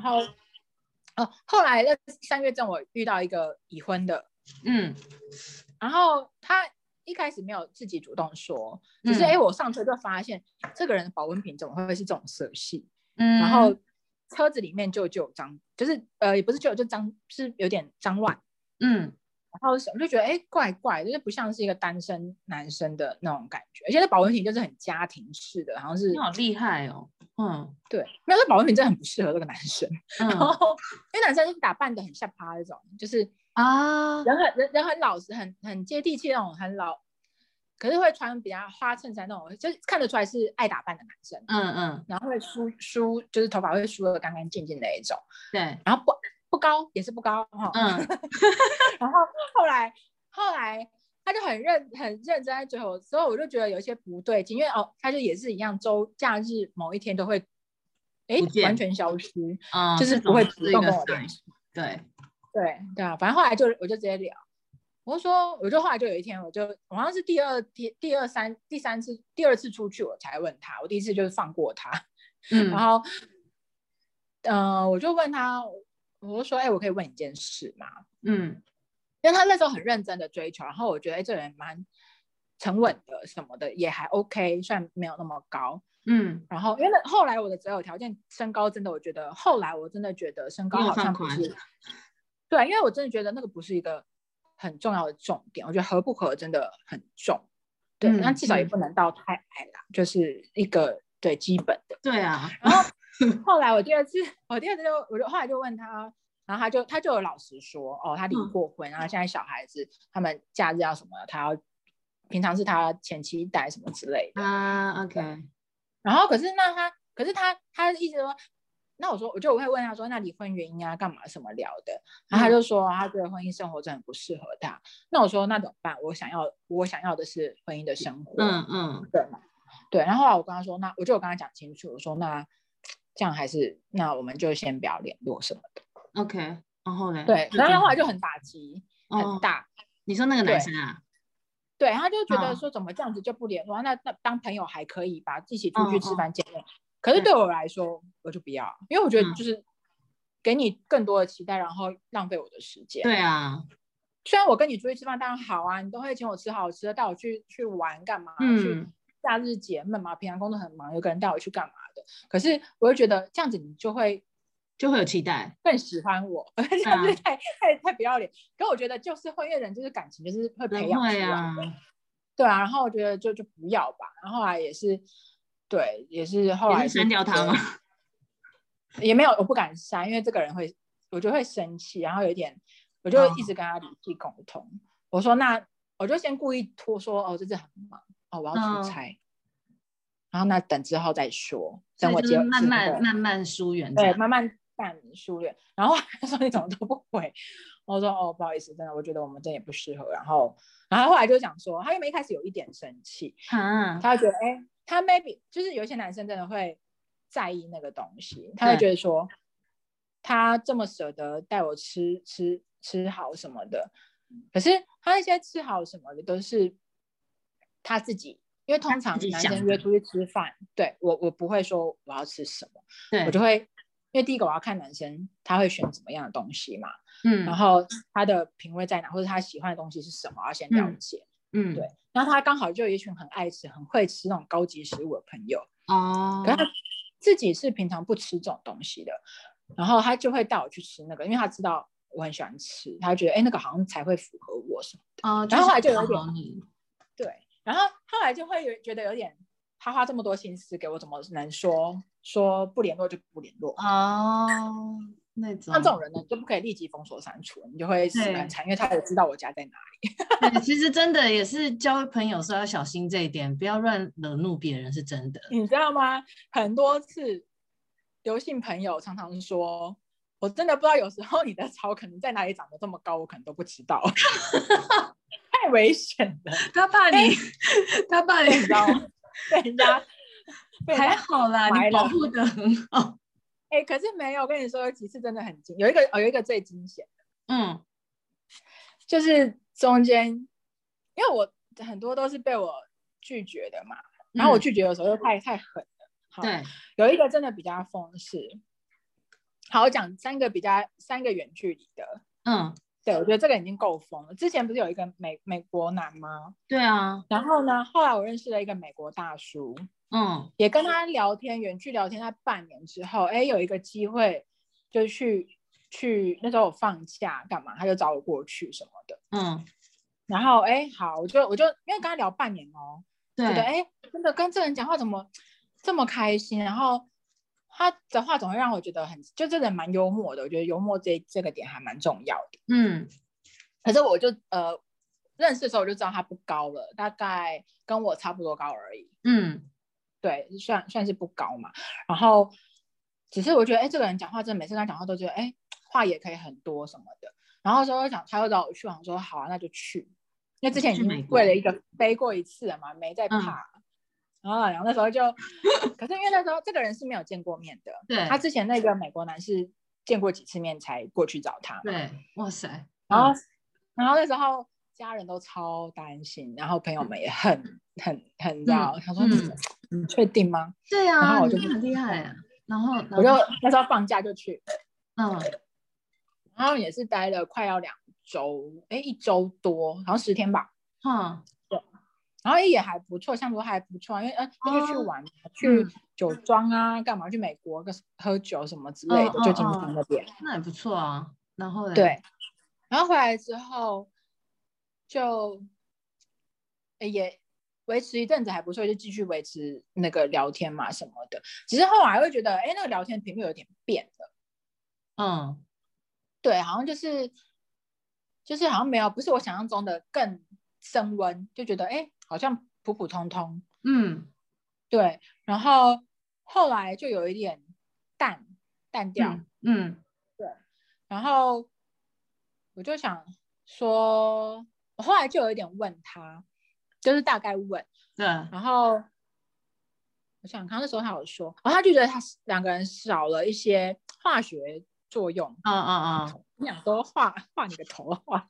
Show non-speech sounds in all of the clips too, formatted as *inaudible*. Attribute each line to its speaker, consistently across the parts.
Speaker 1: 后哦，后来那三月正我遇到一个已婚的，
Speaker 2: 嗯
Speaker 1: 然后他一开始没有自己主动说，只是
Speaker 2: 嗯
Speaker 1: 哎、诶我上车就发现这个人的保温瓶怎么会是这种色系？
Speaker 2: 嗯，
Speaker 1: 然后车子里面就就有脏，就是呃也不是就有就脏，是有点脏乱。
Speaker 2: 嗯
Speaker 1: 然后我就觉得哎、诶怪怪，就是不像是一个单身男生的那种感觉，而且那保温瓶就是很家庭式的，好像是
Speaker 2: 你好厉害哦，嗯
Speaker 1: 对，没有，那保温瓶真的很不适合这个男生。然
Speaker 2: 嗯
Speaker 1: 后因为男生打扮的很像趴那种，就是
Speaker 2: 啊，
Speaker 1: 人很人人很老实，很很接地气那种，很老，可是会穿比较花衬衫那种，就是看得出来是爱打扮的男生，
Speaker 2: 嗯嗯，
Speaker 1: 然后会梳梳，就是头发会梳的干干净净的那一种，
Speaker 2: 对，
Speaker 1: 然后不不高也是不高哈、 *laughs*
Speaker 2: 嗯
Speaker 1: 然后后来后来他就很认很认真在追我，之后我就觉得有一些不对劲，因为哦，他就也是一样，周假日某一天都会，哎
Speaker 2: 不，见
Speaker 1: 完全消失，
Speaker 2: 嗯，
Speaker 1: 就是
Speaker 2: 这
Speaker 1: 不会
Speaker 2: 种
Speaker 1: 主
Speaker 2: 是一
Speaker 1: 动哦
Speaker 2: 个
Speaker 1: 跟我
Speaker 2: sign
Speaker 1: 联
Speaker 2: 对，
Speaker 1: 对对啊，反正后来就我就直接聊，我就说，我就后来就有一天，我就我好像是第二第第二三第三次第二次出去，我才问他，我第一次就是放过他，
Speaker 2: 嗯
Speaker 1: 然后，呃，我就问他，我就说，哎、我可以问你一件事吗？
Speaker 2: 嗯
Speaker 1: 因为他那时候很认真的追求，然后我觉得，哎、这个人蛮沉稳的，什么的也还 OK，虽然没有那么高。
Speaker 2: 嗯，
Speaker 1: 然后，因为那后来我的择偶条件，身高真的，我觉得后来我真的觉得身高
Speaker 2: 你有
Speaker 1: 好像
Speaker 2: 放
Speaker 1: 不
Speaker 2: 宽
Speaker 1: 是，对，因为我真的觉得那个不是一个很重要的重点，我觉得合不合真的很重，对，
Speaker 2: 嗯
Speaker 1: 那至少也
Speaker 2: 嗯
Speaker 1: 不能到太矮啦，就是一个对基本的。
Speaker 2: 对啊，
Speaker 1: 然
Speaker 2: *laughs*
Speaker 1: 后后来我第二次，我第二次就我就后来就问他，然后他就他就有老实说，哦，他离
Speaker 2: 嗯
Speaker 1: 过婚，然后现在小孩子他们假日要什么，他要平常是他前妻带什么之类的。
Speaker 2: 啊，OK，
Speaker 1: 然后可是那他，可是他他一直说，那我说我就我会问他说，那离婚原因啊，干嘛什么聊的？然后他
Speaker 2: 嗯
Speaker 1: 就说他觉得婚姻生活真的很不适合他。那我说那怎么办？我想要我想要的是婚姻的生活。
Speaker 2: 嗯嗯
Speaker 1: 对嘛？对，然后后来我跟他说，那我就有跟他讲清楚，我说那这样还是那我们就先不要联络什么的。
Speaker 2: ，OK，然后嘞，
Speaker 1: 对，
Speaker 2: 那
Speaker 1: 然后他
Speaker 2: 怎
Speaker 1: 后
Speaker 2: 么
Speaker 1: 来就很打击，很
Speaker 2: 嗯哦，
Speaker 1: 大，
Speaker 2: 你说那个男
Speaker 1: 对
Speaker 2: 生啊，
Speaker 1: 对，他就觉得
Speaker 2: 嗯
Speaker 1: 说怎么这样子就不联络，那那当朋友还可以吧，一起出去
Speaker 2: 嗯
Speaker 1: 吃
Speaker 2: 嗯
Speaker 1: 饭见面。可是对我来说，我就不要，因为我觉得
Speaker 2: 嗯
Speaker 1: 就是给你更多的期待，然后浪费我的时间。
Speaker 2: 对啊，
Speaker 1: 虽然我跟你出去吃饭当然好啊，你都会请我吃好吃的，带我去去玩干嘛？去
Speaker 2: 嗯
Speaker 1: 假日解闷嘛，平常工作很忙，有个人带我去干嘛的？可是我又觉得这样子你就会
Speaker 2: 就会有期待，
Speaker 1: 更喜欢我， *laughs* 这样
Speaker 2: 嗯
Speaker 1: 子太、太太不要脸。可我觉得就是会越人就是感情就是会培
Speaker 2: 人
Speaker 1: 养出
Speaker 2: 会
Speaker 1: 来的，
Speaker 2: 啊，
Speaker 1: 对啊。然后我觉得就就不要吧。然后后来也是，对，也是后
Speaker 2: 也
Speaker 1: 来
Speaker 2: 是删掉他吗？
Speaker 1: 也没有，我不敢删，因为这个人会，我就会生气，然后有点，我就
Speaker 2: 哦
Speaker 1: 一直跟他理气沟通。我说那我就先故意拖说，哦，这次很忙，哦，我要
Speaker 2: 嗯
Speaker 1: 出差，然后那等之后再说，
Speaker 2: 所
Speaker 1: 等
Speaker 2: 以
Speaker 1: 我
Speaker 2: 就
Speaker 1: 结
Speaker 2: 是慢
Speaker 1: 之
Speaker 2: 慢
Speaker 1: 后
Speaker 2: 慢慢疏远这
Speaker 1: 对，
Speaker 2: 样，
Speaker 1: 慢慢淡疏远。然后他说你怎么都不回，我说哦不好意思，真的，我觉得我们真的也不适合。然后，然后后来就想说，他原本一开始有一点生气，
Speaker 2: 啊，
Speaker 1: 他会觉得，哎、他 maybe 就是有一些男生真的会在意那个东西，他会
Speaker 2: 对
Speaker 1: 觉得说，他这么舍得带我吃吃吃好什么的，可是他那些吃好什么的都是他自己，因为通常
Speaker 2: 自己
Speaker 1: 男
Speaker 2: 想
Speaker 1: 生约
Speaker 2: 的
Speaker 1: 出去吃饭，对我我不会说我要吃什么，
Speaker 2: 对
Speaker 1: 我，就会。因为第一个我要看男生他会选怎么样的东西嘛，
Speaker 2: 嗯
Speaker 1: 然后他的品味在哪，或者他喜欢的东西是什么，我要先了
Speaker 2: 嗯
Speaker 1: 解。
Speaker 2: 嗯，
Speaker 1: 对，然后他刚好就有一群很爱吃、很会吃那种高级食物的朋友，
Speaker 2: 哦
Speaker 1: 可，是他自己是平常不吃这种东西的，然后他就会带我去吃那个，因为他知道我很喜欢吃，他觉得哎、诶那个好像才会符合我什么的。
Speaker 2: 哦，
Speaker 1: 然后后来
Speaker 2: 是
Speaker 1: 就有一点
Speaker 2: 讨好你，
Speaker 1: 对，然后后来就会有觉得有点，他花这么多心思给我，怎么能说说不联络就不联络？
Speaker 2: 哦，那种，
Speaker 1: 像这种人呢，就不可以立即封锁删除，你就会死得很
Speaker 2: 对
Speaker 1: 惨，因为他也知道我家在哪。
Speaker 2: *laughs* 对，哎其实真的也是交朋友时候要小心这一点，不要乱惹怒别人，是真的。
Speaker 1: 你知道吗？很多次刘姓朋友常常说，我真的不知道，有时候你的草可能在哪里长得这么高，我可能都不知 *laughs* 道，太危险了，
Speaker 2: 他怕你，他怕你
Speaker 1: 你知道吗？被人 *laughs* 家被人
Speaker 2: 还
Speaker 1: 家
Speaker 2: 好啦，
Speaker 1: 埋
Speaker 2: 你保
Speaker 1: 了
Speaker 2: 护的很好。
Speaker 1: 哎、可是没有，我跟你说有几次真的很惊，有一个哦，有一个最惊险，
Speaker 2: 嗯
Speaker 1: 就是中间，因为我很多都是被我拒绝的嘛，然后我
Speaker 2: 嗯
Speaker 1: 拒绝的时候又太太狠了，好
Speaker 2: 对，
Speaker 1: 有一个真的比较疯是，好，我讲三个比较三个远距离的，
Speaker 2: 嗯，
Speaker 1: 对我觉得这个已经够疯了。之前不是有一个美美国男吗？
Speaker 2: 对啊，
Speaker 1: 然后呢，后来我认识了一个美国大叔，
Speaker 2: 嗯，
Speaker 1: 也跟他聊天，远距聊天，他半年之后，哎，有一个机会就去去，那时候我放假干嘛，他就找我过去什么的。
Speaker 2: 嗯，
Speaker 1: 然后哎，好，我就我就因为跟他聊半年哦，觉得
Speaker 2: 对，
Speaker 1: 哎，真的跟这个人讲话怎么这么开心，然后。他的话总会让我觉得很，就这个人蛮幽默的，我觉得幽默这这个点还蛮重要的。
Speaker 2: 嗯，
Speaker 1: 可是我就呃认识的时候我就知道他不高了，大概跟我差不多高而已。
Speaker 2: 嗯，
Speaker 1: 对，算算是不高嘛。然后只是我觉得，哎，这个人讲话真的，每次跟他讲话都觉得，哎，话也可以很多什么的。然后说想他又找我去，我想说好啊，那就去，因为之前已
Speaker 2: 去美
Speaker 1: 经
Speaker 2: 国
Speaker 1: 为了一个飞过一次了嘛，没再
Speaker 2: 嗯
Speaker 1: 怕。啊，然后那时候
Speaker 2: *laughs*
Speaker 1: 就，可是因为那时候这个人是没有见过面的，
Speaker 2: 对
Speaker 1: 他，之前那个美国男是见过几次面才过去找他嘛。
Speaker 2: 对，嗯哇塞，
Speaker 1: 然后，然后那时候家人都超担心，然后朋友们也很很很知道，他说
Speaker 2: 嗯
Speaker 1: 你你确定吗？
Speaker 2: 对
Speaker 1: 然
Speaker 2: 啊，
Speaker 1: 后我
Speaker 2: 你
Speaker 1: 就
Speaker 2: 很厉害啊，然后，然
Speaker 1: 我就
Speaker 2: 后
Speaker 1: 那时候放假就去，
Speaker 2: 嗯，
Speaker 1: 然后也是待了快要两周，哎，一周多，好像十天吧。
Speaker 2: 哈，
Speaker 1: 然后也还不错，相处还不错，因为呃，那就去
Speaker 2: 哦
Speaker 1: 玩，去酒庄啊，干嘛去美国个喝酒什么之类的，
Speaker 2: 嗯嗯
Speaker 1: 旧金
Speaker 2: 嗯
Speaker 1: 山那边。
Speaker 2: 那也不错啊，然后嘞，
Speaker 1: 对，然后回来之后就呃也维持一阵子还不错，就继续维持那个聊天嘛什么的。只是后来会觉得，哎，那个聊天频率有点变了，
Speaker 2: 嗯，
Speaker 1: 对，好像就是就是好像没有不是我想象中的更升温，就觉得哎好像普普通通，
Speaker 2: 嗯，
Speaker 1: 对。然后后来就有一点淡淡掉，
Speaker 2: 嗯，嗯，
Speaker 1: 然后我就想说，我后来就有一点问他，就是大概问，
Speaker 2: 对，啊
Speaker 1: 然后我想看那时候他有说，然后他就觉得他是两个人少了一些化学作用。
Speaker 2: 啊啊啊，
Speaker 1: 我想说画画你个头画，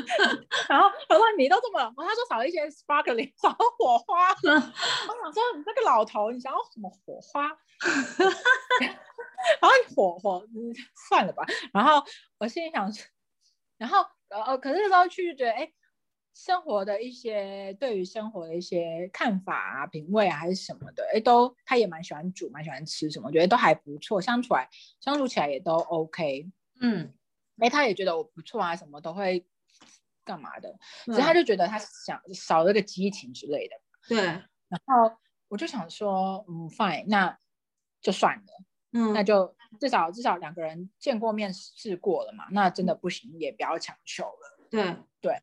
Speaker 1: *laughs* 然后我说你都这么，他说少了一些 sparkling，少了火花。我想说你这个老头，你想要什么火花？ *laughs* 然后你火火，嗯算了吧。然后我心里想说，然后呃呃，可是那时候去就觉得，哎，生活的一些对于生活的一些看法啊、品味啊，还是什么的，哎，都他也蛮喜欢煮，蛮喜欢吃什么，我觉得都还不错，相处来相处起来也都 OK。
Speaker 2: 嗯，
Speaker 1: 哎，他也觉得我不错啊，什么都会干嘛的，只
Speaker 2: 对
Speaker 1: 是他就觉得他想少了个激情之类的。
Speaker 2: 对，
Speaker 1: 然后我就想说，嗯，fine，那就算了。
Speaker 2: 嗯，
Speaker 1: 那就至少至少两个人见过面试过了嘛，那真的不行也不要强求了。
Speaker 2: 对，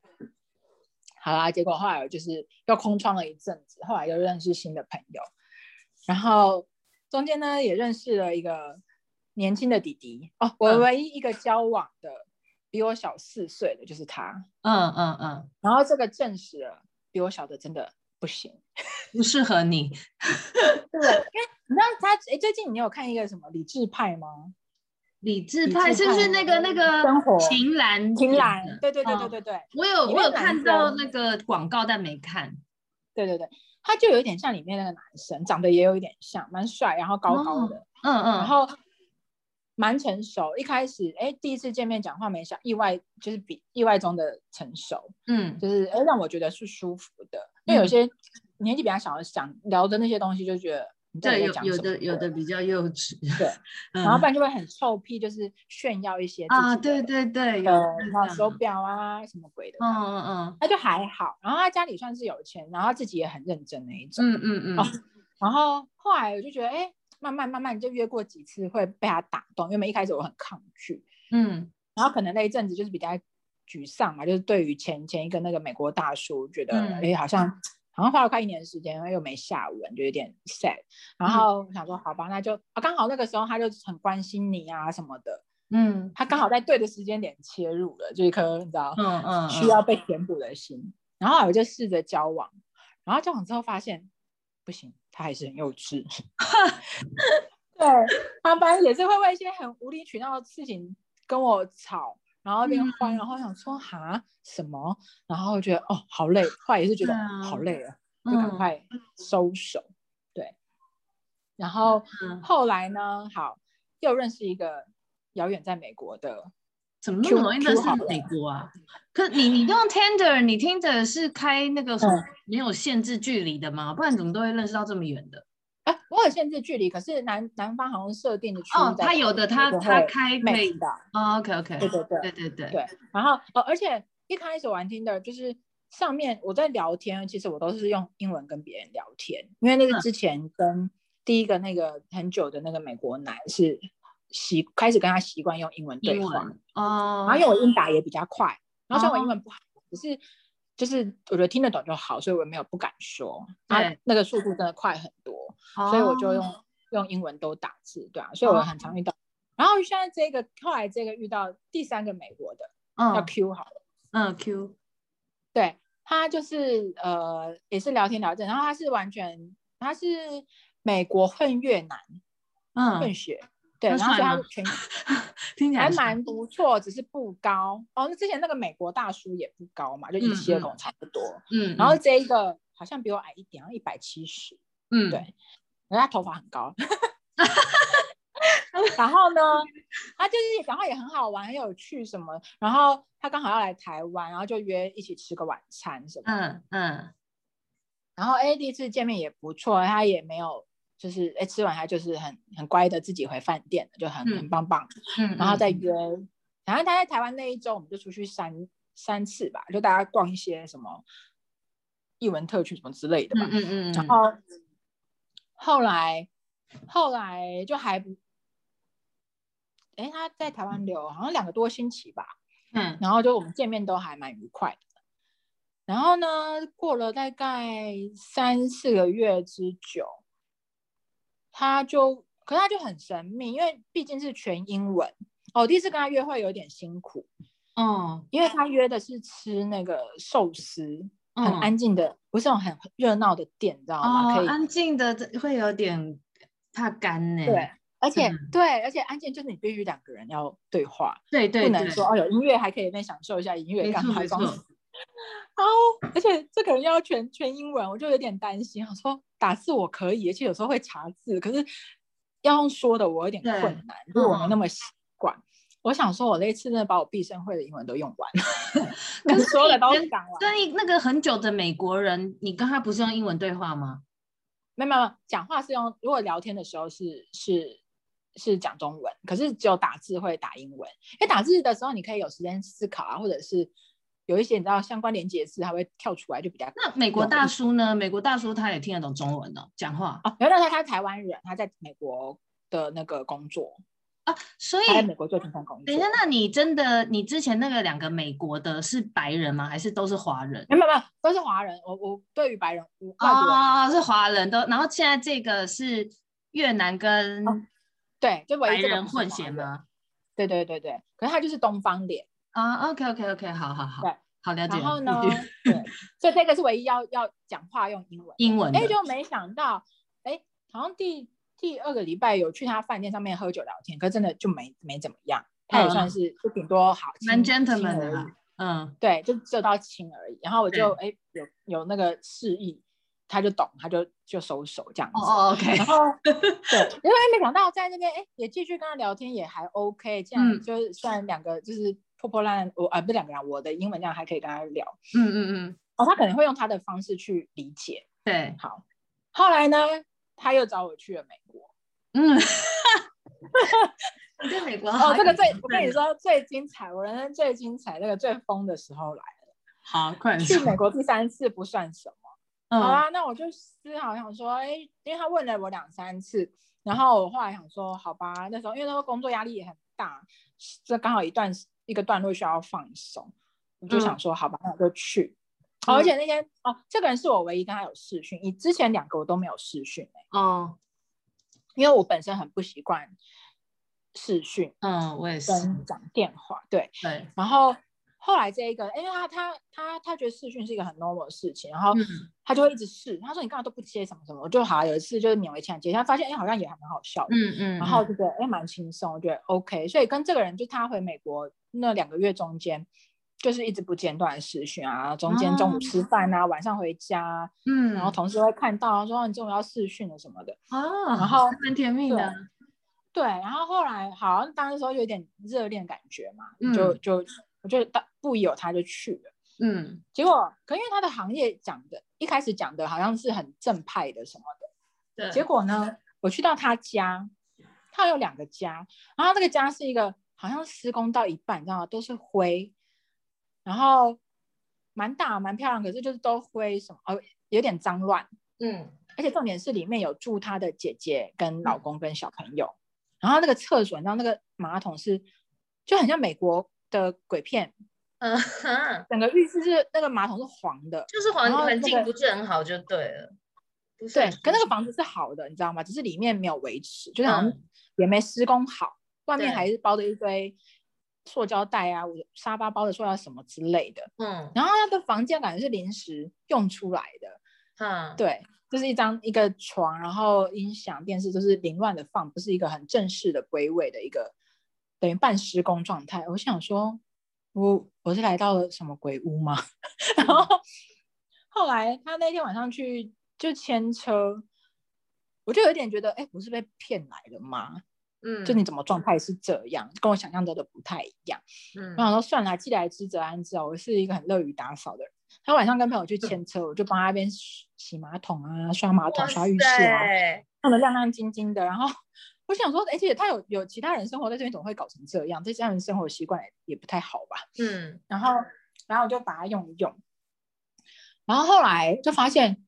Speaker 1: 好啦，结果后来我就是又空窗了一阵子，后来又认识新的朋友，然后中间呢也认识了一个年轻的弟弟哦，我
Speaker 2: 嗯
Speaker 1: 唯一一个交往的比我小四岁的就是他，
Speaker 2: 嗯嗯嗯，
Speaker 1: 然后这个证实了比我小的真的不行。
Speaker 2: 不适合你，
Speaker 1: 对，因为你知道他哎，最近你有看一个什么理智派吗？
Speaker 2: 理智
Speaker 1: 理
Speaker 2: 派
Speaker 1: 智
Speaker 2: 是不
Speaker 1: 派
Speaker 2: 是那个那个
Speaker 1: 生活
Speaker 2: 秦岚
Speaker 1: 秦
Speaker 2: 演
Speaker 1: 岚
Speaker 2: 的，
Speaker 1: 对对对对
Speaker 2: 嗯
Speaker 1: 对对。
Speaker 2: 我有
Speaker 1: 里
Speaker 2: 我有
Speaker 1: 面男
Speaker 2: 看到
Speaker 1: 生
Speaker 2: 那个广告，但没看。
Speaker 1: 对对对，他就有点像里面那个男生，长得也有一点像，蛮帅，然后高高的，
Speaker 2: 嗯嗯，
Speaker 1: 然后蛮成熟。一开始，哎，第一次见面讲话没想意外，就是比意外中的成熟，
Speaker 2: 嗯
Speaker 1: 就是哎让我觉得是舒服的。因为有些年纪比较小的，想聊的那些东西，就觉得你到底
Speaker 2: 对，
Speaker 1: 在
Speaker 2: 有
Speaker 1: 讲
Speaker 2: 有
Speaker 1: 什
Speaker 2: 的
Speaker 1: 么
Speaker 2: 有的，比较幼稚，
Speaker 1: 对，
Speaker 2: *laughs* 嗯
Speaker 1: 然后不然就会很臭屁，就是炫耀一些自己
Speaker 2: 啊，对
Speaker 1: 的
Speaker 2: 对对，有
Speaker 1: 呃
Speaker 2: 看
Speaker 1: 然后
Speaker 2: 到
Speaker 1: 手表啊什么鬼的，
Speaker 2: 嗯嗯
Speaker 1: 他就还好。然后他家里算是有钱，然后他自己也很认真那一种。
Speaker 2: 嗯嗯嗯
Speaker 1: 哦然后后来我就觉得，哎，慢慢慢慢就约过几次会被他打动，因为一开始我很抗拒，
Speaker 2: 嗯
Speaker 1: 然后可能那一阵子就是比较沮丧嘛，就是对于前前一个那个美国大叔，觉得
Speaker 2: 嗯
Speaker 1: 哎、诶好像好像花了快一年的时间，然后又没下文，就有点 sad。然
Speaker 2: 嗯
Speaker 1: 后我想说，好吧，那就啊，刚好那个时候他就很关心你啊什么的，
Speaker 2: 嗯
Speaker 1: 他刚好在对的时间点切入了，就一颗你知道
Speaker 2: 嗯嗯，
Speaker 1: 需要被填补的心。然后我就试着交往，然后交往之后发现不行，他还是很幼
Speaker 2: *laughs*
Speaker 1: 稚。对，他反正也是会为一些很无理取闹的事情跟我吵，然后
Speaker 2: 嗯
Speaker 1: 边欢，然后想说哈什么，然后觉得哦好累，后来也是觉得哦
Speaker 2: 对啊
Speaker 1: 好累了，就
Speaker 2: 嗯
Speaker 1: 赶快收手。对，然后
Speaker 2: 嗯
Speaker 1: 后来呢，好又认识一个遥远在美国的，
Speaker 2: 怎么那
Speaker 1: Q-
Speaker 2: 么容易认
Speaker 1: Q
Speaker 2: 识
Speaker 1: 好了
Speaker 2: 美国啊？可你你用 Tender，你 Tender 是开那个什么
Speaker 1: 嗯
Speaker 2: 没有限制距离的吗？不然怎么都会认识到这么远的？
Speaker 1: 哎、我有限制距离，可是南南方好像设定的区域
Speaker 2: 哦，
Speaker 1: 在
Speaker 2: 他有的，他
Speaker 1: 就
Speaker 2: 他
Speaker 1: 会
Speaker 2: 开美
Speaker 1: match 到。
Speaker 2: ，OK OK，
Speaker 1: 对对对
Speaker 2: 对对对，
Speaker 1: 对，然后呃，而且一开始玩 Tinder 就是上面我在聊天，其实我都是用英文跟别人聊天，因为那
Speaker 2: 嗯
Speaker 1: 是之前跟第一个那个很久的那个美国男是习开始跟他习惯用英文对
Speaker 2: 英
Speaker 1: 话，
Speaker 2: 文哦
Speaker 1: 然，后因为我英打也比较快，然后像我
Speaker 2: 哦
Speaker 1: 英文不好，只是就是我觉得听得懂就好，所以我没有不敢说，啊
Speaker 2: 对，
Speaker 1: 那个速度真的快很多，所以我
Speaker 2: 哦
Speaker 1: 就用用英文都打字，对啊，所以我很常遇到。然后现在这个后来这个遇到第三个美国的
Speaker 2: 哦
Speaker 1: 叫
Speaker 2: 嗯
Speaker 1: Q 好了，
Speaker 2: 嗯 Q，
Speaker 1: 对他就是呃也是聊天聊天，然后他是完全他是美国混越南混
Speaker 2: 嗯，
Speaker 1: 血，对，
Speaker 2: 那
Speaker 1: 然后所以
Speaker 2: 帅
Speaker 1: 他
Speaker 2: 吗
Speaker 1: 的全
Speaker 2: *laughs* 听起来
Speaker 1: 还
Speaker 2: 是
Speaker 1: 蛮不错，只是不高哦。那之前那个美国大叔也不高嘛，就一七二
Speaker 2: 嗯
Speaker 1: 跟我差不多。
Speaker 2: 嗯，
Speaker 1: 然后这一个好像比我矮一点，一百七十，
Speaker 2: 嗯
Speaker 1: 对人家头发很高。 *laughs* 然后呢，他就是讲话也很好玩，很有趣什么。然后他刚好要来台湾，然后就约一起吃个晚餐什么。
Speaker 2: 嗯嗯
Speaker 1: 然后哎，第一次见面也不错，他也没有就是哎吃完他就是很很乖的自己回饭店了，就很
Speaker 2: 嗯
Speaker 1: 很棒棒。
Speaker 2: 嗯，
Speaker 1: 然后再
Speaker 2: 嗯
Speaker 1: 约。然后他在台湾那一周，我们就出去三三次吧，就大家逛一些什么艺文特区什么之类的吧。
Speaker 2: 嗯嗯嗯，
Speaker 1: 然后后来后来就还不，哎，他在台湾留好像两个多星期吧，
Speaker 2: 嗯
Speaker 1: 然后就我们见面都还蛮愉快的。然后呢，过了大概三四个月之久，他就，可是他就很神秘，因为毕竟是全英文。哦，第一次跟他约会有点辛苦，
Speaker 2: 哦
Speaker 1: 因为他约的是吃那个寿司，很
Speaker 2: 嗯
Speaker 1: 安静的，不是那种很热闹的店，你知道吗？可
Speaker 2: 哦，
Speaker 1: 以
Speaker 2: 安静的这会有点怕干呢，
Speaker 1: 对，而且、
Speaker 2: 嗯
Speaker 1: 对，而且安静就是你必须两个人要对话，
Speaker 2: 对对
Speaker 1: 不能
Speaker 2: 对，
Speaker 1: 说哦有音乐还可以那享受一下音乐
Speaker 2: 没
Speaker 1: 干
Speaker 2: 错
Speaker 1: 嘛
Speaker 2: 没
Speaker 1: 装
Speaker 2: 错，
Speaker 1: 死然后，而且这个人要全全英文，我就有点担心。我说打字我可以，而且有时候会查字，可是要用说的我有点
Speaker 2: 对
Speaker 1: 困难，因为我没
Speaker 2: 嗯
Speaker 1: 那么习惯。我想说，我那次真的把我毕生会的英文都用完了，
Speaker 2: 可
Speaker 1: 能
Speaker 2: 是
Speaker 1: 说
Speaker 2: 你
Speaker 1: 的都
Speaker 2: 跟
Speaker 1: 讲完，
Speaker 2: 跟一那个很久的美国人，你跟他不是用英文对话吗？
Speaker 1: 没有没有，没有讲话是用，如果聊天的时候是是是讲中文，可是只有打字会打英文。因为打字的时候你可以有时间思考啊，或者是有一些你知道相关连接词，它会跳出来，就比较
Speaker 2: 那美国大叔呢？美国大叔他也听得懂中文哦，讲话
Speaker 1: 哦，原来他他是台湾人，他在美国的那个工作，
Speaker 2: 啊。所以
Speaker 1: 他在美国做全份工作。
Speaker 2: 等一下，那你真的你之前那个两个美国的是白人吗？还是都是华人？
Speaker 1: 没有没有没有，都是华人。我我对于白人、我外国人，
Speaker 2: 哦，是华人都。然后现在这个是越南跟
Speaker 1: 哦对，就唯
Speaker 2: 白
Speaker 1: 一这个
Speaker 2: 人
Speaker 1: 不是
Speaker 2: 混
Speaker 1: 华
Speaker 2: 血
Speaker 1: 人？
Speaker 2: 吗？
Speaker 1: 对对对对，可是他就是东方脸。
Speaker 2: 啊，OK OK OK，好好好
Speaker 1: 对，
Speaker 2: 好了解。
Speaker 1: 然后
Speaker 2: 了
Speaker 1: 呢，
Speaker 2: 解
Speaker 1: 对，所以这个是唯一要要讲话用英文。
Speaker 2: 英文的
Speaker 1: 哎，就没想到，哎，好像第第二个礼拜有去他饭店上面喝酒聊天，可是真的就没没怎么样。他也算
Speaker 2: 嗯
Speaker 1: 是就顶多好，
Speaker 2: 蛮
Speaker 1: 亲亲
Speaker 2: gentleman
Speaker 1: 而
Speaker 2: 的
Speaker 1: 已
Speaker 2: 啦，嗯
Speaker 1: 对，就只有到亲而已。然后我就
Speaker 2: 对
Speaker 1: 哎、诶有有那个示意，他就懂，他就就收手这样子。
Speaker 2: 哦哦
Speaker 1: *laughs*
Speaker 2: OK，
Speaker 1: 然后
Speaker 2: *laughs*
Speaker 1: 对，因为没想到在那边哎、诶也继续跟他聊天也还 OK，这样、
Speaker 2: 嗯
Speaker 1: 就是虽然两个就是破破烂烂，我啊不是两个人，我的英文这样还可以跟他聊。
Speaker 2: 嗯嗯嗯，
Speaker 1: 哦，他可能会用他的方式去理解。
Speaker 2: 对，
Speaker 1: 好，后来呢，他又找我去了美国。
Speaker 2: 嗯， *laughs* 你在美国好
Speaker 1: 哦，这个
Speaker 2: 有
Speaker 1: 最
Speaker 2: 缘
Speaker 1: 我跟你
Speaker 2: 分
Speaker 1: 说最精彩，我人生最精彩那个最疯的时候来了。
Speaker 2: 好，快点
Speaker 1: 去
Speaker 2: 说
Speaker 1: 美国第三次不算什么。好
Speaker 2: 嗯
Speaker 1: 啦，那我就思考想说，哎、因为他问了我两三次，然后我后来想说，好吧，那时候因为那时候工作压力也很大，这刚好一段一个段落需要放松，我就想说，好吧，那我就去。哦
Speaker 2: 嗯
Speaker 1: 而且那天哦，这个人是我唯一跟他有视讯，以之前两个我都没有视讯、欸、
Speaker 2: 哦，
Speaker 1: 因为我本身很不习惯视讯
Speaker 2: 嗯，我也是，
Speaker 1: 跟讲电话，对，
Speaker 2: 对，
Speaker 1: 然后后来这一个，因为他他他他觉得视讯是一个很 normal 的事情，然后
Speaker 2: 嗯
Speaker 1: 他就会一直试，他说你干嘛都不接什么什么，我就好有一次就是勉为其难接，他发现哎、好像也还蛮好笑的，
Speaker 2: 嗯嗯，
Speaker 1: 然后
Speaker 2: 嗯
Speaker 1: 就觉得哎蛮轻松，我觉得 OK，所以跟这个人就他回美国那两个月中间。就是一直不间断的视讯啊，中间中午
Speaker 2: 哦
Speaker 1: 吃饭啊，晚上回家啊，
Speaker 2: 嗯，
Speaker 1: 然后同事会看到说哦你中午要视讯了什么的，
Speaker 2: 哦，
Speaker 1: 然后
Speaker 2: 还蛮甜蜜
Speaker 1: 对
Speaker 2: 的，
Speaker 1: 对，然后后来好像当时候有点热恋感觉嘛，
Speaker 2: 嗯
Speaker 1: 就就我就当不有他就去了。
Speaker 2: 嗯
Speaker 1: 结果，可因为他的行业讲的，一开始讲的好像是很正派的什么的，
Speaker 2: 对，
Speaker 1: 结果呢，我去到他家，他有两个家，然后那个家是一个好像施工到一半，你知道吗？都是灰，然后蛮大蛮漂亮，可是就是都灰什么，哦，有点脏乱，
Speaker 2: 嗯
Speaker 1: 而且重点是里面有住他的姐姐、跟老公、跟小朋友。然后那个厕所，你知道那个马桶是就很像美国的鬼片，
Speaker 2: *laughs* 嗯哈，
Speaker 1: 整个浴室是那个马桶是黄的，
Speaker 2: 就是环
Speaker 1: 然后
Speaker 2: 环
Speaker 1: 那
Speaker 2: 境
Speaker 1: 个
Speaker 2: 不是很好就对了，不是
Speaker 1: 对
Speaker 2: 很，
Speaker 1: 可那
Speaker 2: 舒
Speaker 1: 个房子是好的，你知道吗？只是里面没有维持，就是好像
Speaker 2: 嗯
Speaker 1: 也没施工好，外面
Speaker 2: 对
Speaker 1: 还是包着一堆塑胶袋啊，我沙发包的塑料什么之类的。
Speaker 2: 服嗯
Speaker 1: 然后他的房间感觉是临时用出来的，
Speaker 2: 哈，
Speaker 1: 对，就是一张一个床，然后音响、电视就是凌乱的放，不是一个很正式的归位的一个等于半施工状态。我想说，我我是来到了什么鬼屋吗？ *laughs* 然后后来他那天晚上去就牵车，我就有点觉得，哎，我是被骗来的吗？
Speaker 2: 嗯，
Speaker 1: 就你怎么状态是这样，跟我想象中的不太一样。
Speaker 2: 嗯
Speaker 1: 我想说算了，既来之则安之啊。我是一个很乐于打扫的人。他晚上跟朋友去牵车，我就帮他那边洗洗马桶啊、刷马桶、
Speaker 2: 哇
Speaker 1: 刷浴室啊，
Speaker 2: 塞
Speaker 1: 弄得亮亮晶晶的。然后我想说，而且他有有其他人生活在这边，怎么会搞成这样？这家人生活习惯也也不太好吧？
Speaker 2: 嗯
Speaker 1: 然后然后我就把它用一用，然后后来就发现，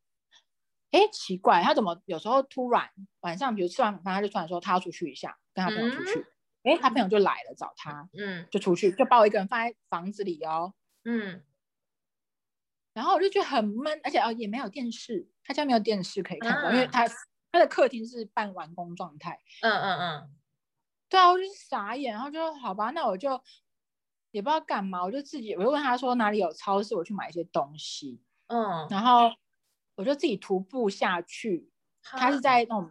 Speaker 1: 哎，奇怪，他怎么有时候突然晚上，比如吃完晚饭，他就突然说他要出去一下，跟他朋友出去，哎、他朋友就来了找他，
Speaker 2: 嗯
Speaker 1: 就出去，就把我一个人放在房子里哦，
Speaker 2: 嗯
Speaker 1: 然后我就觉得很闷，而且哦也没有电视，他家没有电视可以看到，因为
Speaker 2: 啊
Speaker 1: 他他的客厅是半完工状态，
Speaker 2: 嗯嗯
Speaker 1: 对啊，我就是傻眼，然后就说好吧，那我就也不知道干嘛，我就自己我就问他说哪里有超市，我去买一些东西，
Speaker 2: 嗯嗯，
Speaker 1: 然后我就自己徒步下去，它是
Speaker 2: 哈
Speaker 1: 在那种